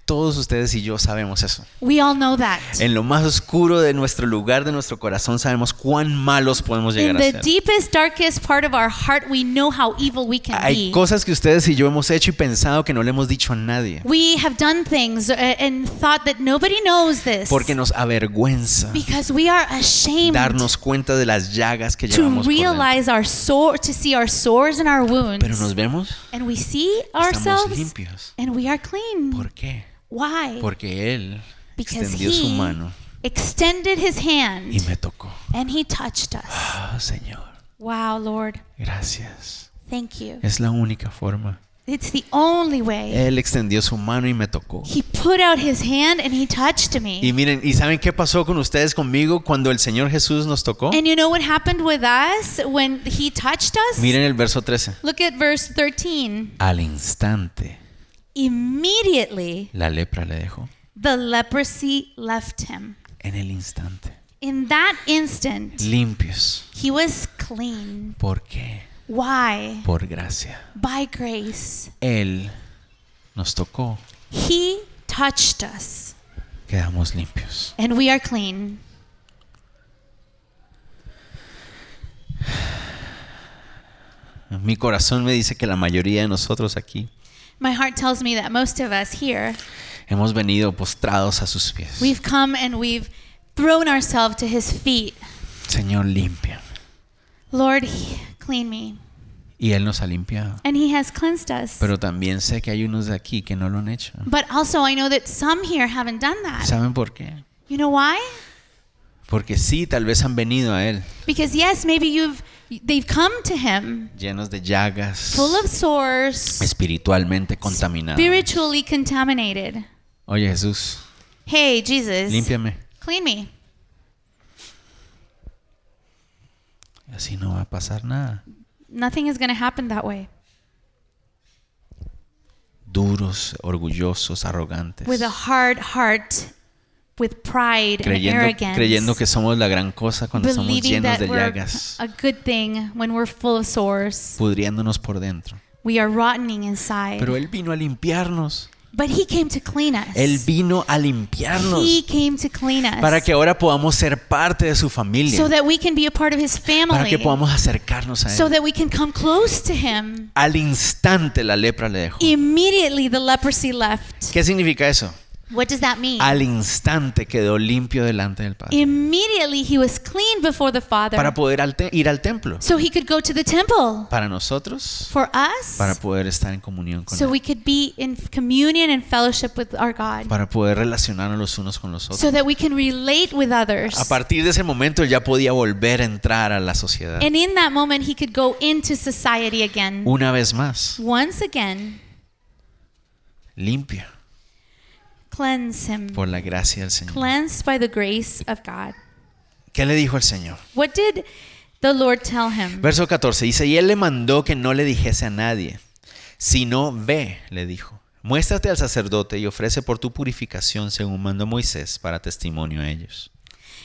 Todos ustedes y yo sabemos eso.
We all know that.
En lo más oscuro de nuestro lugar, de nuestro corazón, sabemos cuán malos podemos
In
llegar
the
a ser.
deepest, darkest part of our heart, we know how evil we can
Hay
be.
cosas que ustedes y yo hemos hecho y pensado que no le hemos dicho a nadie.
We have done things uh, and thought that nobody knows this
Porque nos avergüenza
because we are ashamed
darnos cuenta de las llagas que
to
llevamos. por dentro.
realize our sore, to see our sores and our
Pero nos
wounds,
vemos,
and we see
estamos
ourselves,
limpios.
and we are clean.
¿Por qué?
Why?
Porque Él
Because
extendió su
he
mano
extended his
y
hand
me tocó.
and he touched us.
Ah, Señor,
Wow, Lord,
gracias.
thank you.
Es la única forma.
It's the only way.
Él extendió su mano y me tocó.
He put out his hand and he touched me.
Y miren, ¿y saben qué pasó con ustedes conmigo cuando el Señor Jesús nos tocó?
And you know what happened with us when he touched us?
Miren el verso 13.
Look at verse 13.
Al instante
Immediately
la lepra le dejó.
The leprosy left him.
en el instante.
In that instant,
Limpios.
he was clean.
¿Por qué?
Why?
Por gracia.
By grace.
Él nos tocó.
He touched us,
Quedamos limpios.
and we are clean.
Mi corazón me dice que la mayoría de nosotros aquí
My heart tells me that most of us here,
hemos venido postrados a sus pies.
we've come and we've thrown ourselves to his feet.
Señor, limpia.
Lord, he- clean me.
Y Él nos ha limpiado.
And he has cleansed us.
Pero también sé que hay unos de aquí que no lo han hecho.
But also, I know that some here haven't done that.
¿Saben por qué?
You know why?
Porque sí, tal vez han venido a Él
Because yes, maybe you've they've come to him
llenos de llagas,
full of sores,
espiritualmente contaminados.
spiritually contaminated.
Oye Jesús,
Hey, Jesus,
límpiame.
clean me.
Así no va a pasar nada.
Nothing is going to happen that way.
Duros, orgullosos, arrogantes.
With a hard heart, with pride and
Creyendo,
arrogance,
creyendo que somos la gran cosa cuando somos
believing
llenos
that
de
we're
llagas,
a good thing when we're full of sores.
pudriéndonos por dentro.
We are rottening inside.
Pero Él vino a limpiarnos.
but he came to clean us.
Él vino a limpiarnos
he came to clean us.
para que ahora podamos ser parte de su familia.
so that we can be a part of his family.
para que podamos acercarnos a Él.
so that we can come close to him.
Al instante la lepra le dejó.
Immediately the leprosy left.
¿Qué significa eso?
What does that mean?
Al instante quedó limpio delante del Padre.
Immediately he was clean before the Father.
Para poder al te- ir al templo.
So he could go to the temple
Para nosotros,
for us.
para poder estar en comunión con
So
Él.
we could be in communion and fellowship with our God.
Para poder relacionarnos los unos con los
So
otros.
that we can relate with others.
A partir de ese momento él ya podía volver a entrar a la sociedad.
And in that moment he could go into society again.
Una vez más,
Once again,
limpio
cleanse him.
por la gracia del Señor.
Cleansed by the grace of God.
¿Qué le dijo el Señor?
What did the Lord tell him?
Verso 14 dice, y él le mandó que no le dijese a nadie, sino ve, le dijo, muéstrate al sacerdote y ofrece por tu purificación según mandó Moisés para testimonio a ellos.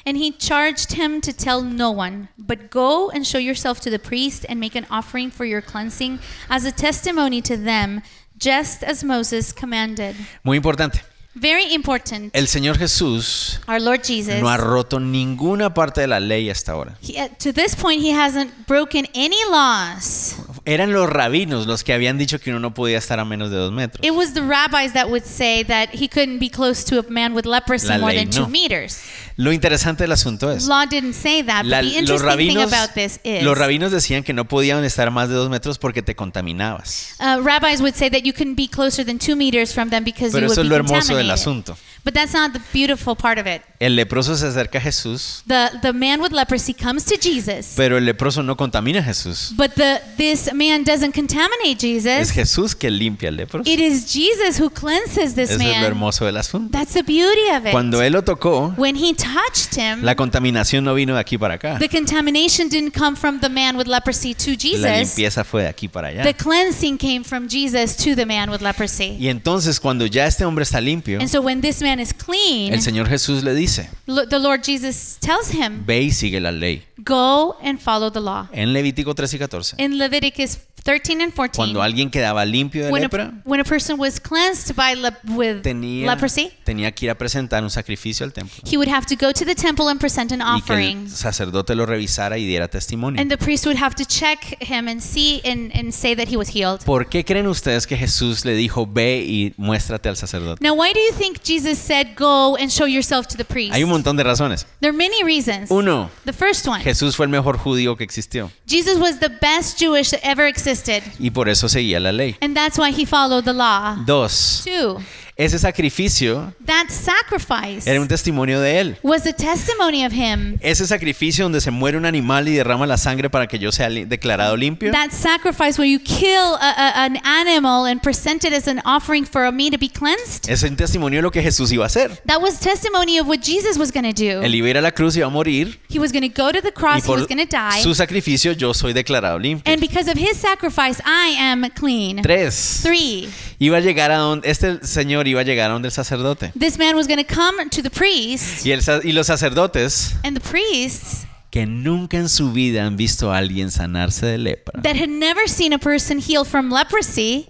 And he charged him to tell no one, but go and show yourself to the priest and make an offering for your cleansing as a testimony to them, just as Moses commanded.
Muy importante,
Very important.
el Señor Jesús
Our Lord Jesus,
no ha roto ninguna parte de la ley hasta ahora.
he- uh, to this point, he hasn't broken any laws.
Eran los rabinos los que habían dicho que uno no podía estar a menos de dos metros.
It was the rabbis that would say that he couldn't be close to a man with leprosy
La
more
ley
than
no.
two meters.
Lo interesante del asunto es,
Law didn't say that,
la-
but the
los,
interesting thing
rabinos,
about this is
los rabinos decían que no podían estar a más de dos metros porque te contaminabas.
uh, rabbis would say that you couldn't be closer than two meters from them because
Pero
you would
eso es
be
lo hermoso del
contaminated.
asunto.
But that's not the beautiful part of it.
El leproso se acerca a Jesús,
The the man with leprosy comes to Jesus,
pero el leproso no contamina a Jesús.
but the this man doesn't contaminate
Es
Jesus.
Jesús que limpia al leproso.
It is Jesus who cleanses this
Eso es lo
man.
hermoso del asunto.
That's the beauty of it.
Cuando él lo tocó,
when he touched him,
la contaminación no vino de aquí para acá.
Mm-hmm. the contamination didn't come from the man with leprosy to
La
Jesus.
limpieza fue de aquí para allá.
The cleansing came from Jesus to the man with leprosy.
Y entonces cuando ya este hombre está limpio,
And so when this man is clean,
el Señor Jesús le dice,
lo- the Lord Jesus tells him,
ve y sigue la ley.
"Go and follow the law."
En Levítico 3 y 14.
In Leviticus 13 and 14,
Cuando alguien quedaba limpio de
when
lepra,
a, when a person was cleansed by le- with
tenía,
leprosy,
tenía que ir a presentar un sacrificio al templo.
he would have to go to the temple and present an
Y que
offering.
el sacerdote lo revisara y diera testimonio.
And the priest would have to check him and see and, and say that he was healed.
¿Por qué creen ustedes que Jesús le dijo, ve y muéstrate al sacerdote?
Now, why do you think Jesus said, Go and show yourself to the priest?
Hay un montón de razones.
There are many reasons.
Uno,
The first one
Jesús fue el mejor judío que existió
Jesus was the best Jewish that ever existed,
y por eso seguía la ley.
and that's why he followed the law.
Dos,
Two,
ese sacrificio
that sacrifice
era un testimonio de él.
was a testimony of him.
Ese sacrificio donde se muere un animal y derrama la sangre para que yo sea li- declarado limpio,
That sacrifice where you kill a, a- an animal and present it as an offering for me to be cleansed.
es un testimonio de lo que Jesús iba a hacer.
That was testimony of what Jesus was going to do.
Él iba a ir a la cruz y iba a morir
He was going to go to the
y
cross, he was
por
going to die,
su sacrificio yo soy declarado limpio.
and because of his sacrifice, I am clean.
Tres,
Three,
iba a llegar a donde este señor iba a llegar a donde el sacerdote.
This man was going to come to the priest,
Y, el sa- y los sacerdotes,
and the priests
que nunca en su vida han visto a alguien sanarse de lepra,
that had never seen a person healed from leprosy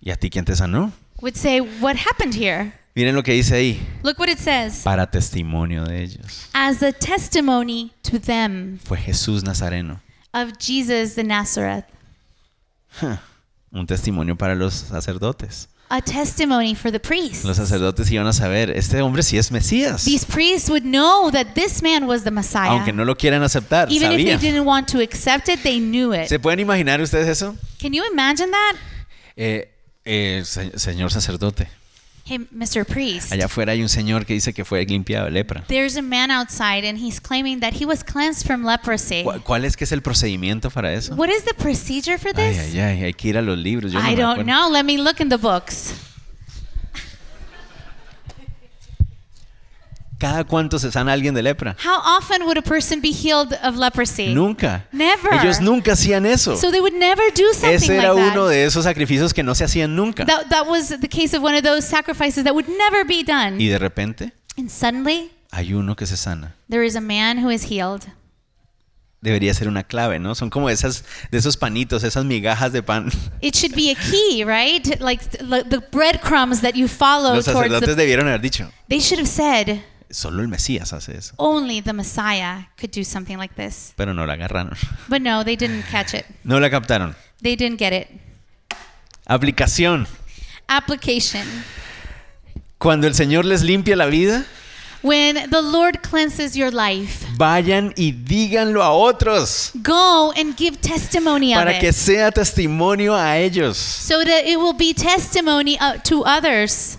¿y a ti quién te sanó?
would say, What happened here?
Miren lo que dice ahí,
Look what it says.
para testimonio de ellos.
As a testimony to them
Fue Jesús Nazareno,
of Jesus the Nazareth,
un testimonio para los sacerdotes.
a testimony for the priests.
Los sacerdotes iban a saber, este hombre sí es Mesías,
These priests would know that this man was the Messiah.
aunque no lo quieran aceptar,
Even if they
sabían.
didn't want to accept it, they knew it.
¿Se pueden imaginar ustedes eso?
Can you imagine that?
Eh, eh, se- señor sacerdote,
Hey, Mr. Priest.
allá afuera hay un señor que dice que fue limpiado de lepra.
There's a man outside and he's claiming that he was cleansed from leprosy.
¿Cuál, cuál es que es el procedimiento para eso?
What is the procedure for
Ay,
this?
ay, ay, hay que ir a los libros. Yo no
I
me
don't
acuerdo.
know. Let me look in the books.
¿Cada cuánto se sana alguien de lepra?
How often would a person be healed of leprosy?
Nunca.
Eh, Never.
Ellos nunca hacían eso.
So they would never do something
Ese era
like
uno
that.
de esos sacrificios que no se hacían nunca.
that. That was the case of one of those sacrifices that would never be done.
Y de repente
And suddenly,
hay uno que se sana.
there is a man who is healed.
Debería ser una clave, ¿no? Son como esas, de esos panitos, esas migajas de pan.
It should be a key, right? Like the, the breadcrumbs that you follow
Los
Oh, towards
sacerdotes
the,
debieron haber dicho,
They should have said,
solo el Mesías hace eso.
only the Messiah could do something like this.
Pero no la agarraron.
But no, they didn't catch it.
No la captaron.
They didn't get it.
Aplicación.
Application.
Cuando el Señor les limpia la vida,
When the Lord cleanses your life,
vayan y díganlo a otros
go and give testimony of
para que
it.
sea testimonio a ellos.
So that it will be testimony uh, to others.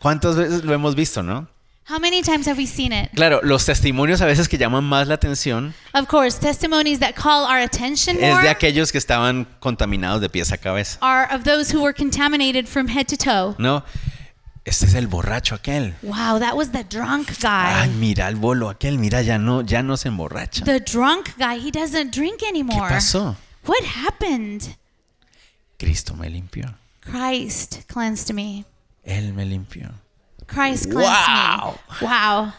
¿Cuántas veces lo hemos visto, no?
How many times have we seen it?
Claro, los testimonios a veces que llaman más la atención
Of course, testimonies that call our attention
es
more
de aquellos que estaban contaminados de pies a cabeza,
are of those who were contaminated from head to toe.
¿no? Este es el borracho aquel.
Wow, that was the drunk
Ay,
guy.
mira el bolo aquel, mira, ya no, ya no se emborracha.
The drunk guy, he doesn't drink
¿Qué
anymore.
pasó?
What happened?
Cristo me limpió.
Christ cleansed me.
Él me limpió.
Christ cleansed
Wow.
me. Wow.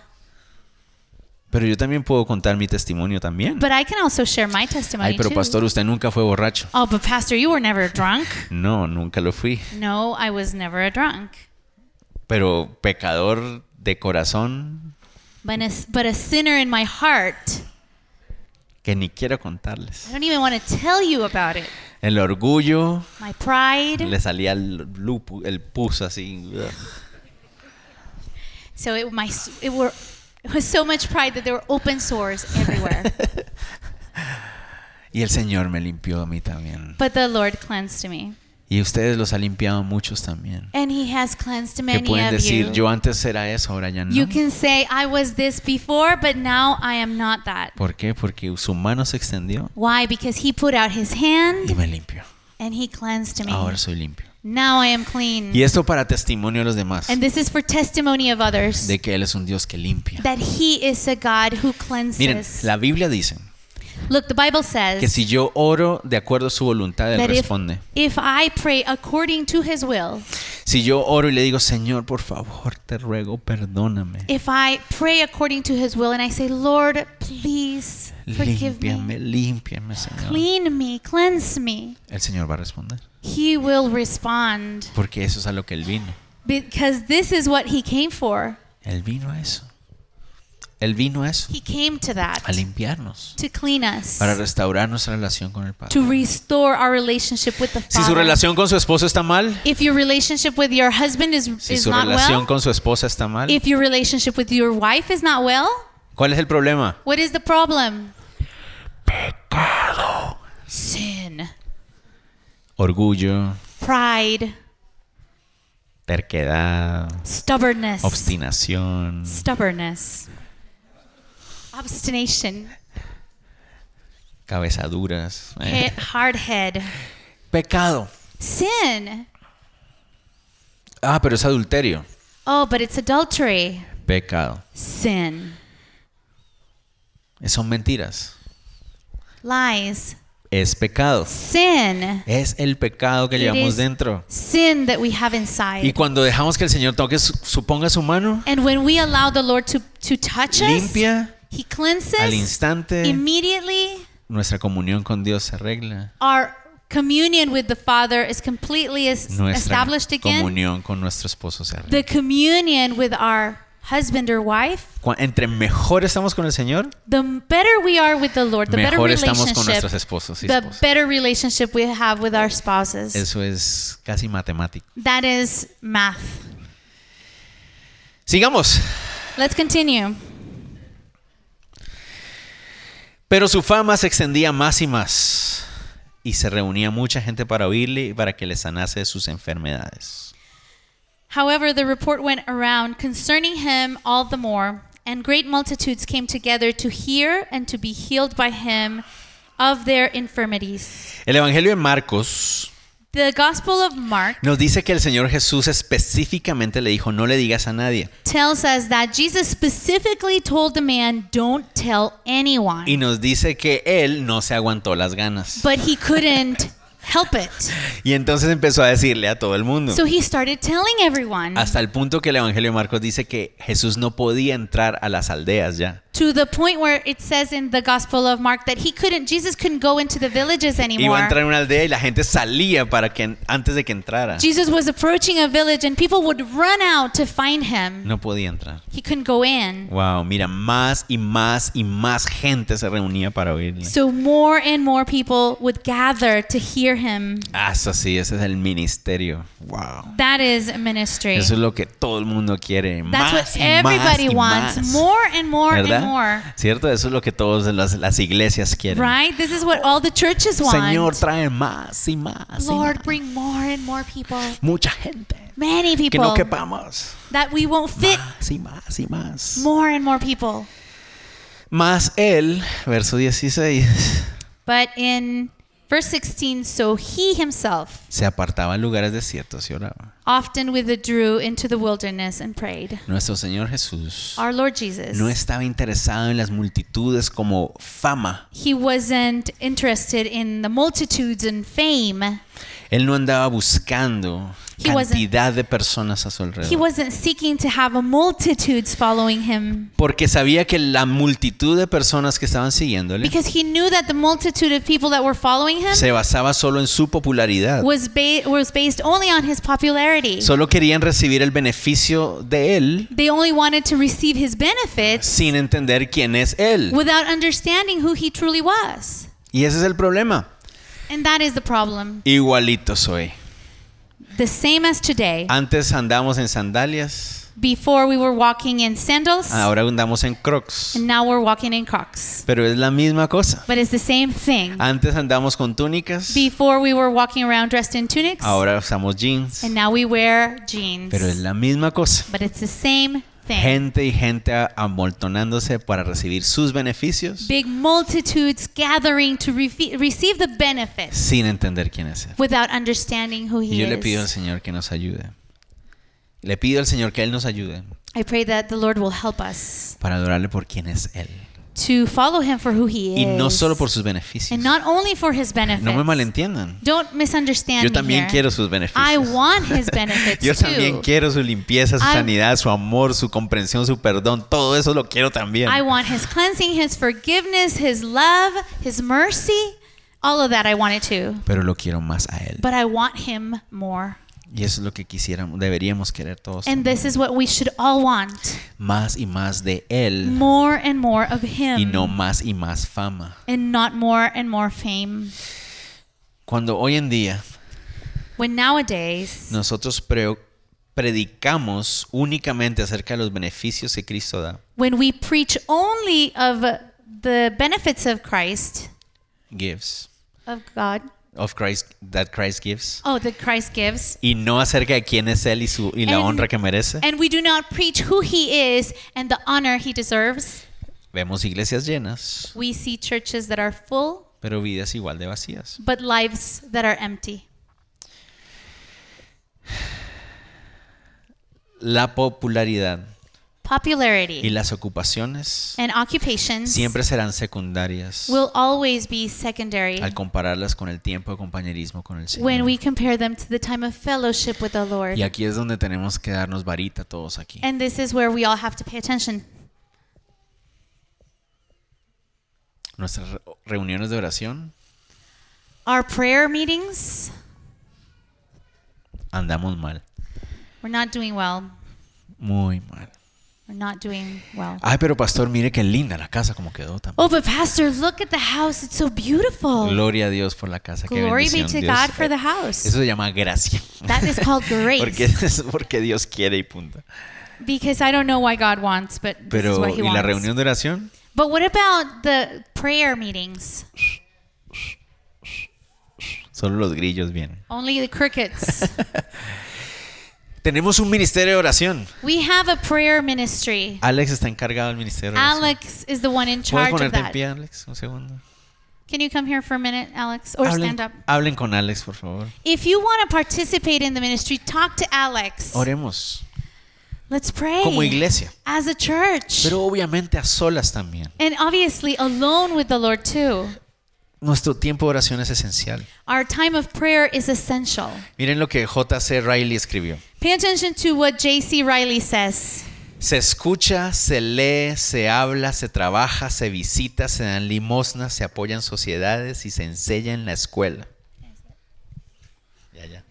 Pero yo también puedo contar mi testimonio también.
But I can also share my testimony
Ay, pero
too.
pastor, usted nunca fue borracho.
Oh, but pastor, you were never drunk.
No, nunca lo fui.
No, I was never a drunk.
Pero pecador de corazón
But a, but a sinner in my heart.
que ni quiero
I
contarles.
don't even want to tell you about it.
El orgullo
My pride.
le salía el, lupu- el pus así. ugh.
so it my it were it was so much pride that there were open sores everywhere.
Y el Señor me limpió a mí también.
but the Lord cleansed me.
Y ustedes los ha limpiado a muchos también.
And he has cleansed
Que
many
pueden
of
decir,
you.
yo antes era eso, ahora ya
You
no.
can say I was this before, but now I am not that.
¿Por qué? Porque su mano se extendió
Why? Because he put out his
y
hand
me limpió.
and he cleansed me.
Ahora soy limpio.
Now I am clean.
Y esto para testimonio a los demás.
Mm. And this is for testimony of others
De que Él es un Dios que limpia.
that he is a God who
Miren,
cleanses.
la Biblia dice
Look, the Bible
que
says
si yo oro de acuerdo a su voluntad, Él
that if,
responde.
if I pray according to his will,
Si yo oro y le digo, Señor, por favor, te ruego, perdóname.
if I pray according to his will and I say, Lord, please forgive me,
Límpiame, límpiame, Señor.
clean me, cleanse me,
El Señor va a responder.
he will respond
Porque eso es a lo que Él vino.
because this is what he came for.
Él vino a eso. Él vino a eso.
He came to
A
that,
limpiarnos.
to clean us,
Para restaurar nuestra relación con el Padre.
to restore our relationship with the
Si su
Father.
relación con su esposo está mal,
If your relationship with your husband is,
si
is
su
not
relación
well,
con su esposa está mal,
if your relationship with your wife is not well,
¿cuál es el problema?
what is the problem? Pecado. Sin.
Orgullo,
Pride.
terquedad,
Stubbornness.
obstinación.
Stubbornness. Obstination.
cabezaduras. eh.
He- hard head.
Pecado.
Sin.
Ah, pero es adulterio.
Oh, but it's adultery.
Pecado.
Sin.
Son mentiras.
Lies.
es pecado.
Sin.
Es el pecado que
It
llevamos
is-
dentro.
Sin that we have
Y
inside.
cuando dejamos que el Señor toque su, su- ponga su mano,
And when we allow the Lord to, to touch us,
limpia
He
al
cleanses
instante,
immediately.
nuestra comunión con Dios se arregla.
Our communion with the Father is completely es-
Nuestra
established again.
comunión con nuestro esposo se arregla.
The communion with our husband or wife,
Cu- Entre mejor estamos con el Señor,
the better we are with the Lord, the better
mejor estamos con
relationship,
nuestros esposos y
the
esposas.
better relationship we have with our spouses.
Eso es casi matemático.
That is math.
Sigamos.
Let's continue.
Pero su fama se extendía más y más, y se reunía mucha gente para oírle y para que le sanase de sus enfermedades.
However, the report went around concerning him all the more, and great multitudes came together to hear and to be healed by him of their infirmities.
El Evangelio de Marcos
The Gospel of Mark
nos dice que el Señor Jesús específicamente le dijo, no le digas a nadie.
tells us that Jesus specifically told the man, Don't tell anyone.
Y nos dice que él no se aguantó las ganas.
But he couldn't help it.
Y entonces empezó a decirle a todo el mundo.
So he started telling everyone
Hasta el punto que el Evangelio de Marcos dice que Jesús no podía entrar a las aldeas ya.
to the point where it says in the Gospel of Mark that he couldn't, Jesus couldn't go into the villages
Iba a
anymore.
entrar en una aldea y la gente salía para que antes de que entrara.
Jesus was approaching a village and people would run out to find him.
No podía entrar.
He couldn't go in.
Wow, mira, más y más y más gente se reunía para oírle.
So more and more people would gather to hear him.
Hasta Ah, sí, ese es el ministerio. Wow.
That is ministry.
Eso es lo que todo el mundo quiere. Más
That's what
y más
everybody
y
wants.
más.
More and more
¿Verdad?
and more.
¿Cierto? Eso es lo que todas las, las iglesias quieren.
Right? This is what all the churches want.
Señor, trae más y más. y
Lord,
más.
bring more and more people.
Mucha gente.
Many
Que
people.
no quepamos.
that we won't fit
Más y más y más.
more and more people.
Más él, verso 16,
But in verse 16, so he himself
se apartaba en lugares desiertos y oraba.
often withdrew into the wilderness and prayed.
Nuestro Señor Jesús
Our Lord Jesus.
no estaba interesado en las multitudes como fama.
he wasn't interested in the multitudes and fame.
Él no andaba buscando
He wasn't-
cantidad de personas a su
He
alrededor.
wasn't seeking to have a multitudes following him
Porque sabía que la multitud de personas que estaban siguiéndole
because he knew that the multitude of people that were following him
se basaba solo en su popularidad.
was ba- was based only on his popularity.
Solo querían recibir el beneficio de él
They only wanted to receive his benefits
sin entender quién es él.
without understanding who he truly was.
Y ese es el problema.
And that is the problem.
Igualito soy.
The same as today.
Antes andamos en sandalias,
Before we were walking in sandals,
ahora andamos en crocs.
and now we're walking in Crocs.
Pero es la misma cosa.
But it's the same thing.
Antes andamos con túnicas,
Before we were walking around dressed in tunics,
ahora usamos jeans.
and now we wear jeans.
Pero es la misma cosa.
But it's the same thing.
Gente y gente a- amontonándose para recibir sus beneficios
Big multitudes gathering to refe- receive the benefits
sin entender quién es él.
without understanding who
Y
he
yo le
is.
pido al Señor que nos ayude. Le pido al Señor que Él nos ayude
I pray that the Lord will help us
para adorarle por quién es Él.
to follow him for who he
Y
is.
no solo por sus beneficios.
and not only for his benefits.
No me malentiendan.
Don't misunderstand
Yo
me
también
here.
quiero sus beneficios.
I want his benefits
Yo
too.
también quiero su limpieza, su
I-
sanidad, su amor, su comprensión, su perdón. Todo eso lo quiero también.
I want his cleansing, his forgiveness, his love, his mercy. All of that I want it too.
Pero lo quiero más a Él.
But I want him more.
Y eso es lo que quisiéramos, deberíamos querer todos.
And this is what we should all want.
Más y más de Él
More and more of him.
y no más y más fama.
and not more and more fame.
Cuando hoy en día
When nowadays
nosotros pre- predicamos únicamente acerca de los beneficios que Cristo da,
when we preach only of the benefits of Christ,
gives,
of God,
of Christ, that Christ gives,
oh, that Christ gives,
y no acerca de quién es Él y, su, y la
And-
honra que merece,
and we do not preach who he is and the honor he deserves,
vemos iglesias llenas,
we see churches that are full
pero vidas igual de vacías.
but lives that are empty.
La popularidad y
popularity,
las ocupaciones
and occupations
siempre serán secundarias
will always be secondary
al compararlas con el tiempo de compañerismo con el
when
Señor.
we compare them to the time of fellowship with the Lord.
Y aquí es donde tenemos que darnos varita todos aquí.
And this is where we all have to pay attention.
Nuestras re- reuniones de oración
Our prayer meetings,
andamos mal,
we're not doing well.
muy mal.
We're not doing well.
Ay, pero pastor, mire qué linda la casa como quedó también.
Oh, but Pastor, look at the house. It's so beautiful.
Gloria a Dios por la casa. Qué
Oh. Glory be
bendición,
to
Dios.
God for the house.
Eso se llama gracia.
That is called grace.
porque, es porque Dios quiere y punta.
Because I don't know why God wants, but this is
Pero,
what He
¿y la
wants.
reunión de oración?
But what about the prayer meetings?
Solo los grillos vienen.
Only the crickets.
Tenemos un ministerio de oración.
we have a prayer ministry.
Alex está encargado del ministerio de oración.
Alex is the one in
¿Puedes
charge of
ponerte en
that.
pie, Alex? Un segundo.
Can you come here for a minute, Alex? Or
hablen,
stand up.
hablen con Alex, por favor.
If you want to participate in the ministry, talk to Alex.
Oremos
Let's pray.
como iglesia,
As a church.
pero obviamente a solas también.
and obviously alone with the Lord too.
Nuestro tiempo de oración es esencial.
Our time of prayer is essential.
Miren lo que J.C. Riley escribió.
Pay attention to what J.C. Riley says.
Se escucha, se lee, se habla, se trabaja, se visita, se dan limosnas, se apoyan sociedades y se enseña en la escuela. Ya, ya.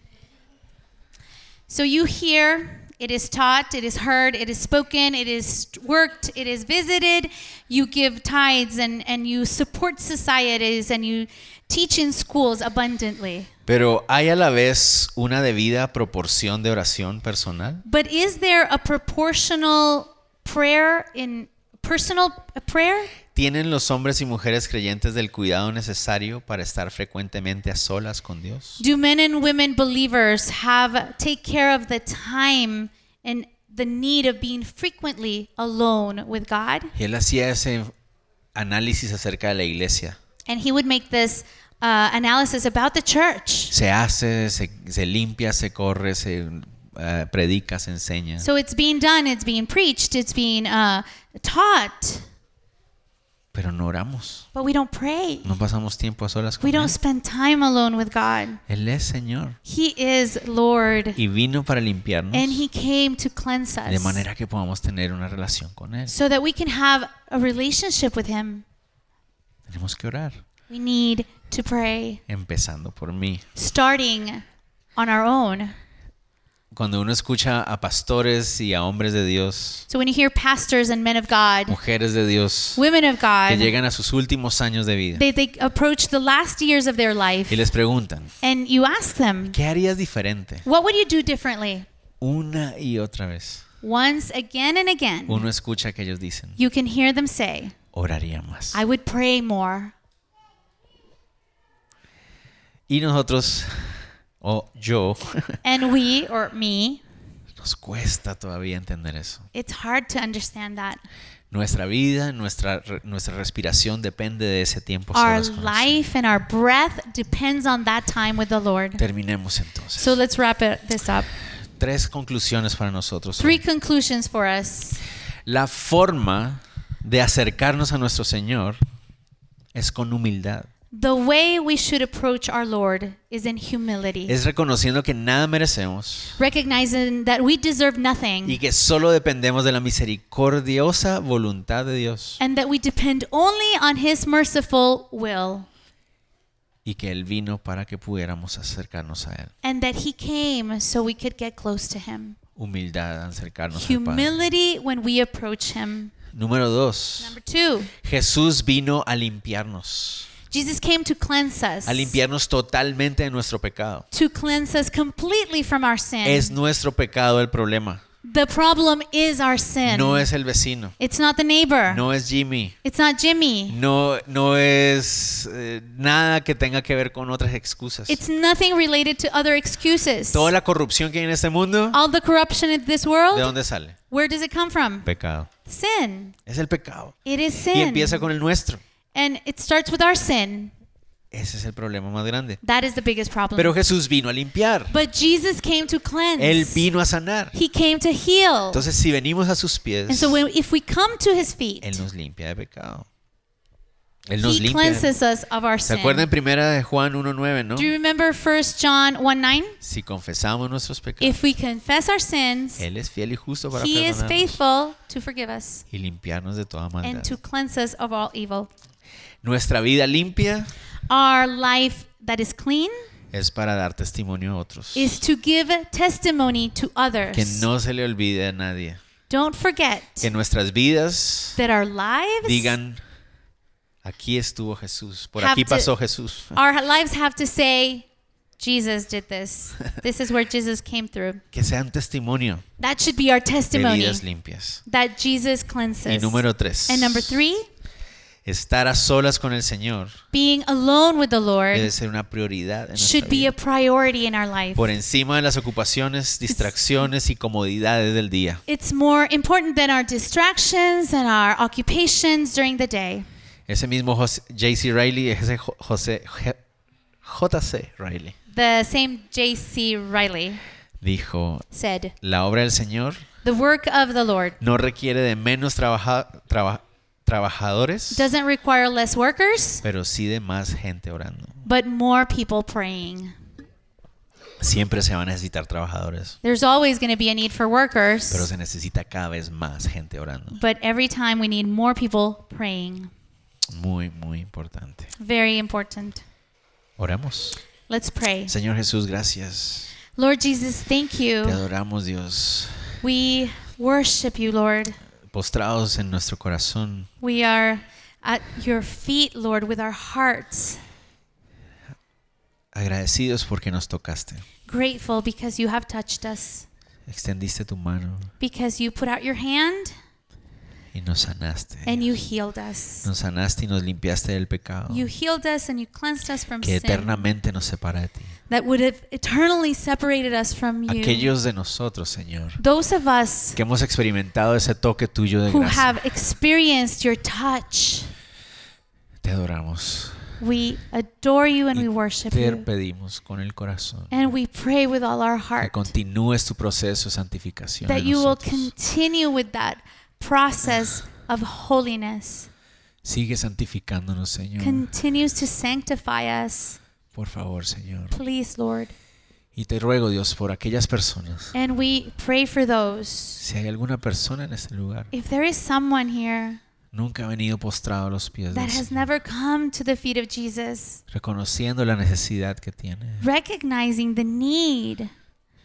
So you hear, it is taught, it is heard, it is spoken, it is worked, it is visited. You give tithes and, and you support societies and you teach in schools abundantly.
Pero hay a la vez una debida proporción de oración personal.
But is there a proportional prayer in personal prayer?
¿Tienen los hombres y mujeres creyentes del cuidado necesario para estar frecuentemente a solas con Dios?
Do men and women believers have take care of the time and the need of being frequently alone with God?
Y él hacía ese análisis acerca de la iglesia.
And he would make this uh, analysis about the church.
Se hace, se, se limpia, se corre, se eh, predica, se enseña.
So it's being done, it's being preached, it's being uh, taught,
Pero no oramos.
but we don't pray.
No pasamos tiempo a solas con
We
Él.
don't spend time alone with God.
Él es Señor.
He is Lord,
Y vino para limpiarnos
and He came to cleanse
de
us
manera que podamos tener una relación con Él.
so that we can have a relationship with Him.
Tenemos que orar.
We need to pray,
Empezando por mí.
starting on our own.
Cuando uno escucha a pastores y a hombres de Dios,
So when you hear pastors and men of God,
mujeres de Dios,
women of
que
God,
llegan a sus últimos años de vida
they, they approach the last years of their life
y les preguntan,
and you ask them,
¿qué harías diferente?
What would you do differently?
Una y otra vez.
Once again and again,
Uno escucha que ellos dicen,
you can hear them say,
oraría más.
I would pray more.
Y nosotros, o yo,
And we, or me,
nos cuesta todavía entender eso.
it's hard to understand that.
Nuestra vida, nuestra, re- nuestra respiración depende de ese tiempo. a
Our
solas con el Señor.
life and our breath depends on that time with the Lord.
Terminemos entonces.
So let's wrap it, this up.
Tres conclusiones para nosotros.
Three conclusions for us.
La forma de acercarnos a nuestro Señor es con humildad.
The way we should approach our Lord is in humility,
Es reconociendo que nada merecemos
recognizing that we deserve nothing
y que solo dependemos de la misericordiosa voluntad de Dios
and that we depend only on His merciful will.
y que Él vino para que pudiéramos acercarnos a Él.
and that he came so we could get close to him.
Humildad, acercarnos al Padre.
Humility when we approach him.
Número dos,
Number two,
Jesús vino a limpiarnos,
Jesus came to cleanse us,
a limpiarnos totalmente de nuestro pecado.
to cleanse us completely from our sin.
Es nuestro pecado el problema,
the problem is our sin.
no es el vecino,
it's not the neighbor.
no es Jimmy,
It's not Jimmy.
no, no es eh, nada que tenga que ver con otras excusas.
It's nothing related to other excuses.
Toda la corrupción que hay en este mundo,
All the corruption in this
¿de
world,
dónde sale?
where does it come from?
Pecado.
Sin.
Es el pecado.
It is
Y
sin.
empieza con el nuestro.
and it starts with our sin.
Ese es el problema más grande.
That is the biggest problem.
Pero Jesús vino a limpiar.
but Jesus came to cleanse.
Él vino a sanar.
pues, He came to heal.
Entonces, si venimos a sus
and
pies,
so when, if we come to his feet,
Él nos limpia de pecado. Él nos
he
limpia. de-
cleanses us of our
¿Se
sin.
acuerdan primera de Juan 1.9, no?
Do you remember 1 John 1 9?
Si confesamos nuestros pecados,
If we confess our sins,
Él es fiel y justo para
he is
perdonarnos
faithful to forgive us
y limpiarnos de toda maldad.
and to cleanse us of all evil.
Nuestra vida limpia
Our life that is clean
es para dar testimonio a otros.
is to give testimony to others.
Que no se le olvide a nadie.
Don't forget
Que nuestras vidas
that our lives
digan, aquí estuvo Jesús, por
Pues, Have
aquí
to-
pasó Jesús.
our lives have to say Jesus did this. This is where Jesus came through.
Que sean testimonio
That should be our
de
testimony
vidas limpias.
that Jesus cleanses.
Y número tres,
and number 3,
estar a solas con el Señor
being alone with the Lord
debe ser una prioridad en nuestra
should be
vida.
a priority Pues, in our life.
por encima de las ocupaciones, distracciones y comodidades del día.
It's more important than our distractions and our occupations during the day.
Ese mismo Jos- J.C. Riley, ese Jo- José, Je- J.C. Riley,
The same J.C. Riley
dijo,
said,
la obra del Señor
The work of the Lord
no requiere de menos trabaja- traba- trabajadores,
doesn't require less workers,
pero sí de más gente orando.
but more people praying.
Siempre se va a necesitar trabajadores,
There's always going to be a need for
pero
workers,
se necesita cada vez más gente orando.
but every time we need more people praying.
Muy, muy importante.
Very important.
Oramos.
Let's pray.
Señor Jesús, gracias.
Lord Jesus, thank
Te
you.
adoramos, Dios.
We worship you, Lord.
Postrados en nuestro corazón.
We are at your feet, Lord, with our hearts,
Agradecidos porque nos tocaste.
grateful because you have touched us,
Extendiste tu mano
because you put out your hand
y nos sanaste.
and you healed us.
Nos sanaste y nos limpiaste del pecado
You healed us and you cleansed us from
Oh. que
sin
eternamente nos separa de ti.
that would have eternally separated us from you.
Aquellos de nosotros, Señor,
Those of us
que hemos experimentado ese toque tuyo de
who
gracia,
have experienced your touch,
te adoramos.
we adore you and we worship
Te
you.
pedimos con el corazón
And we pray with all our
que
heart
continúes tu proceso de santificación.
that
en
you will
nosotros.
continue with that process of holiness.
Sigue santificándonos, Señor.
continues to sanctify us.
Por favor, Señor.
Please, Lord.
Y te ruego, Dios, por aquellas personas.
And we pray for those.
Si hay alguna persona en este lugar,
If there is someone here
nunca ha venido postrado a los pies del
that has
Señor,
never come to the feet of Jesus,
reconociendo la necesidad que tiene
recognizing the need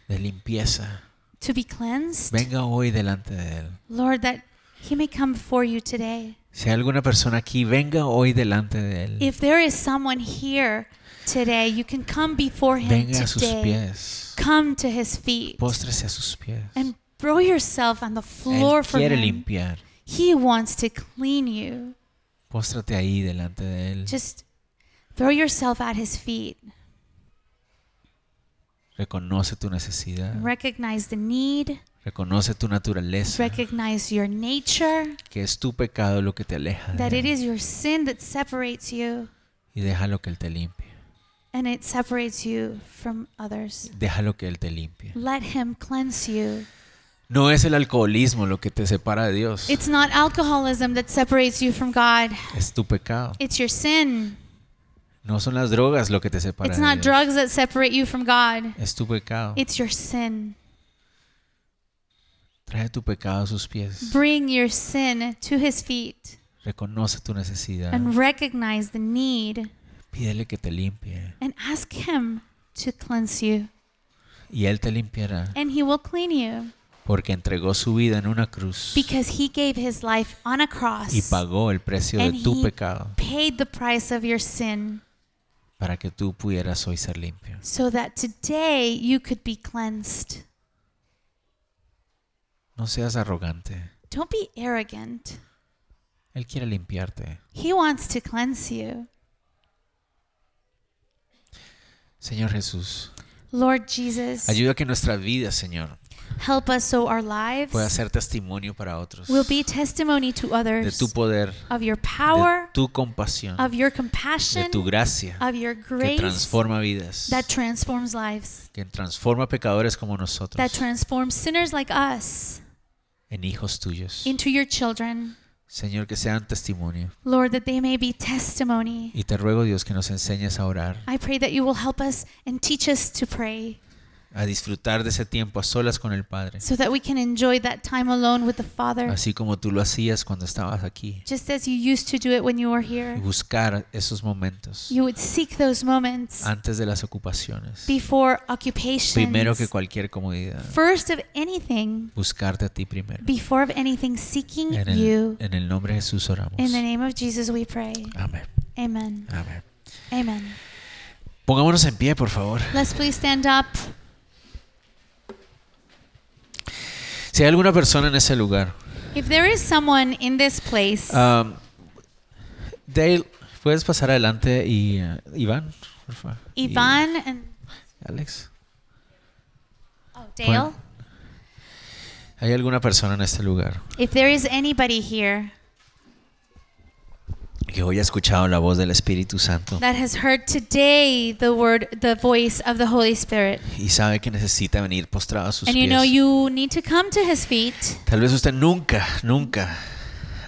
de limpieza,
to be cleansed,
venga hoy delante de Él.
Lord, that he may come before you today.
Si hay alguna persona aquí, venga hoy delante de Él.
If there is someone here today, you can come before him
Venga a sus
today.
pies.
Come to his feet
Póstrese a sus pies.
and throw yourself on the floor
Él
for
quiere
him.
limpiar.
He wants to clean you.
Póstrate ahí delante de Él.
Just throw yourself at his feet.
Reconoce tu necesidad.
Recognize the need.
Reconoce tu naturaleza.
Recognize your nature.
Que es tu pecado lo que te aleja.
That
De
it
él,
is your sin that separates you
y déjalo que Él te limpie.
and it separates you from others.
Déjalo que Él te limpie.
Let him cleanse you.
No es el alcoholismo lo que te separa de Dios.
It's not alcoholism that separates you from God.
Es tu pecado.
It's your sin.
No son las drogas lo que te separa
It's
de
not
Dios.
drugs that separate you from God.
Es tu pecado.
It's your sin.
Trae tu pecado a sus pies.
Bring your sin to his feet
Reconoce tu necesidad.
and recognize the need
Pídele que te limpie.
and ask him to cleanse you.
Y Él te limpiará.
And he will clean you.
Porque entregó su vida en una cruz.
Because he gave his life on a cross
Y pagó el precio de
and
tu
he
pecado.
paid the price of your sin
Para que tú pudieras hoy ser limpio.
so that today you could be cleansed.
No seas arrogante.
Don't be arrogant.
Él quiere limpiarte.
He wants to cleanse you.
Señor Jesús,
Lord Jesus,
Ayuda a que nuestra vida, Señor,
help us so our lives
pueda ser testimonio para otros
will be testimony to
de
others
tu poder,
of your
de
power,
tu compasión,
of your
de
compassion,
tu gracia
of your
que
grace
transforma vidas,
that transforms lives,
que transforma pecadores como nosotros
that transforms sinners like us
en hijos tuyos.
into your children.
Señor, que sean testimonio.
Lord, that they may be testimony.
Y te ruego, Dios, que nos enseñes a orar,
I pray that you will help us and teach us to pray
a disfrutar de ese tiempo a solas con el Padre,
so that we can enjoy that time alone with the Father,
así como tú lo hacías cuando estabas aquí,
just as you used to do it when you were
y
here.
buscar esos momentos
You would seek those moments
antes de las ocupaciones,
before occupation.
primero que cualquier comodidad,
First of anything,
buscarte a ti primero.
before of anything, seeking
En
you.
el, en el nombre de Jesús oramos.
In the name of Jesus we pray.
Amén.
Amen.
Amén.
Amen.
Pongámonos en pie, por favor.
Let's please stand up.
Si hay alguna persona en ese lugar,
If there is someone in this place,
um, Dale, puedes pasar adelante y eh, Iván, por favor. Y
Yvonne and
Alex.
oh, Dale,
¿Hay alguna persona en este lugar
if there is anybody here
que hoy ha escuchado la voz del Espíritu Santo
that has heard today the word, the voice of the Holy Spirit,
y sabe que necesita venir postrado a sus
and you know
pies?
you need to come to his feet,
Tal vez usted nunca, nunca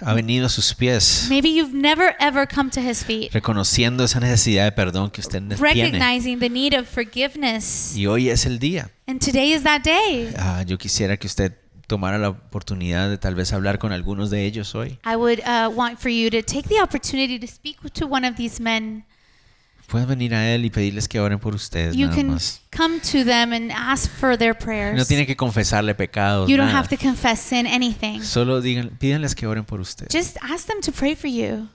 ha venido a sus pies
maybe you've never ever come to his feet,
reconociendo esa necesidad de perdón que usted tiene.
recognizing the need of forgiveness.
Y hoy es el día.
And today is that day.
Ah, yo quisiera que usted tomara la oportunidad de tal vez hablar con algunos de ellos hoy.
I would uh, want for you to take the opportunity to speak to one of these men.
Pueden venir a él y pedirles que oren por ustedes
You
nada
can
más.
come to them and ask for their prayers.
No tiene que confesarle pecados,
you don't
nada.
have to confess sin anything.
Solo digan, pídanles que oren por ustedes.
Just ask them to pray for you.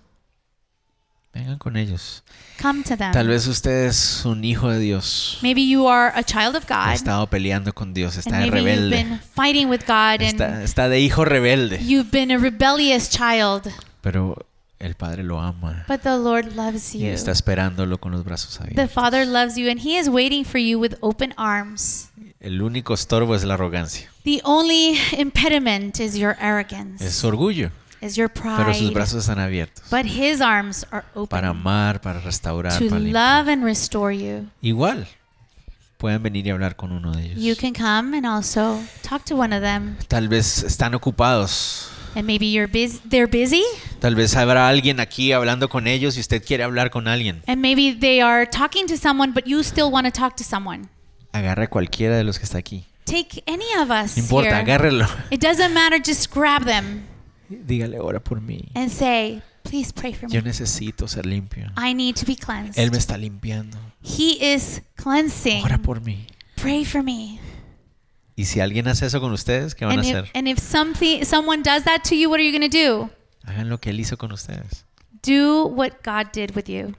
Vengan con ellos.
Come to them.
Tal vez usted es un hijo de Dios.
Maybe you are a child of
Ha
God,
estado peleando con Dios,
and
está de
maybe you've
rebelde.
been fighting with God,
Está,
and
está de hijo rebelde.
you've been a rebellious child.
Pero el Padre lo ama
But the Lord loves
y
you.
está esperándolo con los brazos
The
abiertos.
Father loves you, and He is waiting for you with open arms.
El único estorbo es la arrogancia.
The only impediment is your arrogance,
Es su orgullo,
is your
pero sus
pride.
brazos están abiertos.
But His arms are
Para
open
amar, para restaurar,
to
para limpiar.
love and restore you.
Igual, pueden venir y hablar con uno de
You
ellos.
can come and also talk to one of them.
Tal vez están ocupados.
And maybe you're bus they're busy,
Tal vez habrá alguien aquí hablando con ellos y usted quiere hablar con alguien.
and maybe they are talking to someone, but you still want to talk to someone.
Agarre a cualquiera de los que está aquí.
Take any of us
No importa,
here.
agárrelo.
It doesn't matter. Just grab them
Dígale, ora por mí.
and say, "Please pray for
Yo
me.
necesito ser limpio.
I need to be
Él me
cleansed."
está limpiando.
He is cleansing.
Ora por mí.
Pray for me.
Y si alguien hace eso con ustedes, ¿qué van a
And if,
hacer?
and if something someone does that to you, what are you going to do?
Hagan lo que Él hizo con ustedes.
Do what God did with you.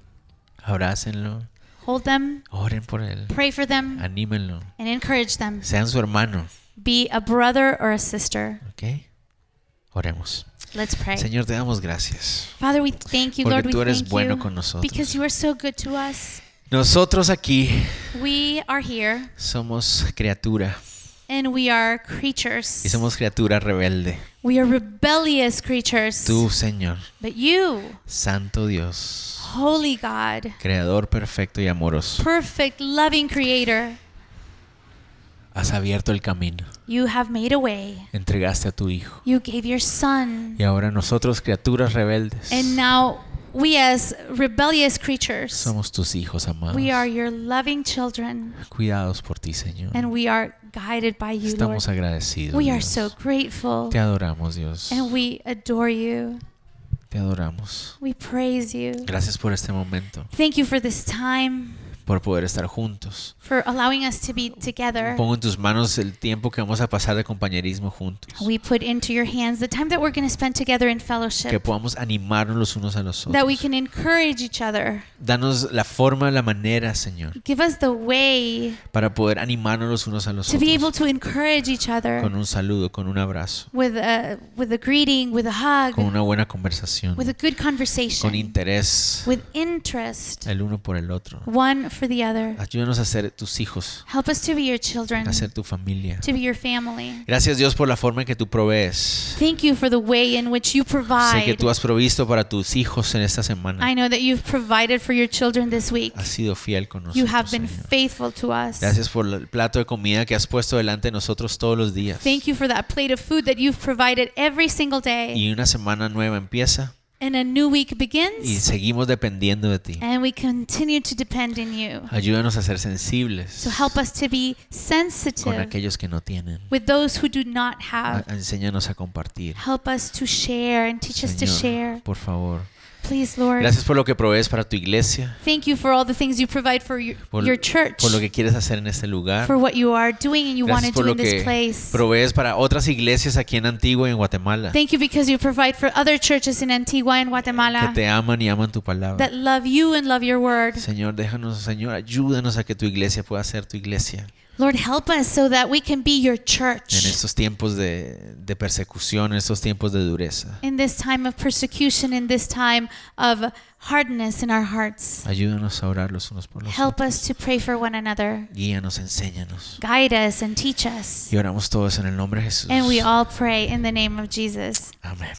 Abrácenlo.
Hold them,
Oren por Él.
pray for them,
Anímenlo.
and encourage them.
Sean su hermano.
Be a brother or a sister.
¿Ok? Oremos.
Let's pray.
Señor, te damos gracias.
Father, we thank you,
Porque
Lord. We
tú eres
thank
bueno
you
con nosotros.
because you are so good to us.
Nosotros aquí
We are here
somos criatura.
and we are
Y
creatures.
somos criatura rebelde.
We are rebellious creatures.
Tú, Señor,
But you,
Santo Dios,
holy God,
Creador perfecto y amoroso,
perfect, loving Creator,
has abierto el camino.
you have made a way.
Entregaste a tu Hijo.
You gave your Son.
Y ahora nosotros, criaturas rebeldes,
And now we, as rebellious creatures,
somos tus hijos amados.
we are your loving children
Cuidados por ti, Señor.
and we are guided by you, Lord.
Estamos agradecidos.
We are
Dios.
so grateful
Te adoramos, Dios.
and we adore you.
Te adoramos.
We praise you.
Gracias por este momento,
Thank you for this time,
por poder estar juntos.
for allowing us to be together.
Pongo en tus manos el tiempo que vamos a pasar de compañerismo juntos.
We put into your hands the time that we're going to spend together in
Que
fellowship,
podamos animarnos los unos a los
that we
otros.
can encourage each other.
Danos la forma, la manera, Señor,
Give us the way
para poder animarnos los unos a los
to be able
otros.
to encourage each
Con
other
un saludo, con un abrazo,
with a, with a greeting, with a
con
hug,
una buena conversación,
with a good
con
conversation,
interés
with interest,
el uno por el otro.
one for the other.
Ayúdanos a ser tus hijos,
Help us to be your children,
a ser tu familia.
to be your family.
Gracias Dios por la forma en que tú provees.
Thank you for the way in which you
Sé que
provide.
tú has provisto para tus hijos en esta semana.
I know that you've provided for your children this week.
Has sido fiel con
You
nosotros.
have been
Señor.
faithful to us.
Gracias por el plato de comida que has puesto delante de nosotros todos los días.
Thank you for that plate of food that you've provided every single day.
Y una semana nueva empieza
And a new week
y
begins,
seguimos dependiendo de ti.
and we continue to depend on you.
Ayúdanos a ser sensibles
So help us to be
con
sensitive
aquellos que no tienen.
with those who do not
A-
have.
Enséñanos a compartir.
Help us to share and teach us to
Señor,
share.
por favor.
Please, Lord.
Gracias por lo que provees para tu iglesia,
Thank you for all the things you provide for your,
por,
your church,
por lo que quieres hacer en este lugar.
for what you are doing and you want
Gracias
to
por
do
lo
in this
que
place.
provees para otras iglesias aquí en Antigua y en Guatemala,
Thank you because you provide for other churches in Antigua and
que
Guatemala
te aman y aman tu palabra.
that love you and love your word.
Señor, déjanos, Señor, ayúdanos a que tu iglesia pueda ser tu iglesia.
Lord, help us so that we can be your
En
church
estos tiempos de, de persecución, en estos tiempos de dureza.
in this time of persecution, in this time of hardness in our hearts.
Ayúdanos a orar los unos por los otros.
Help us to pray for one another.
Guíanos, enséñanos.
Guide us and teach us.
Y oramos todos en el nombre de Jesús.
And we all pray in the name of Jesus.
Amén.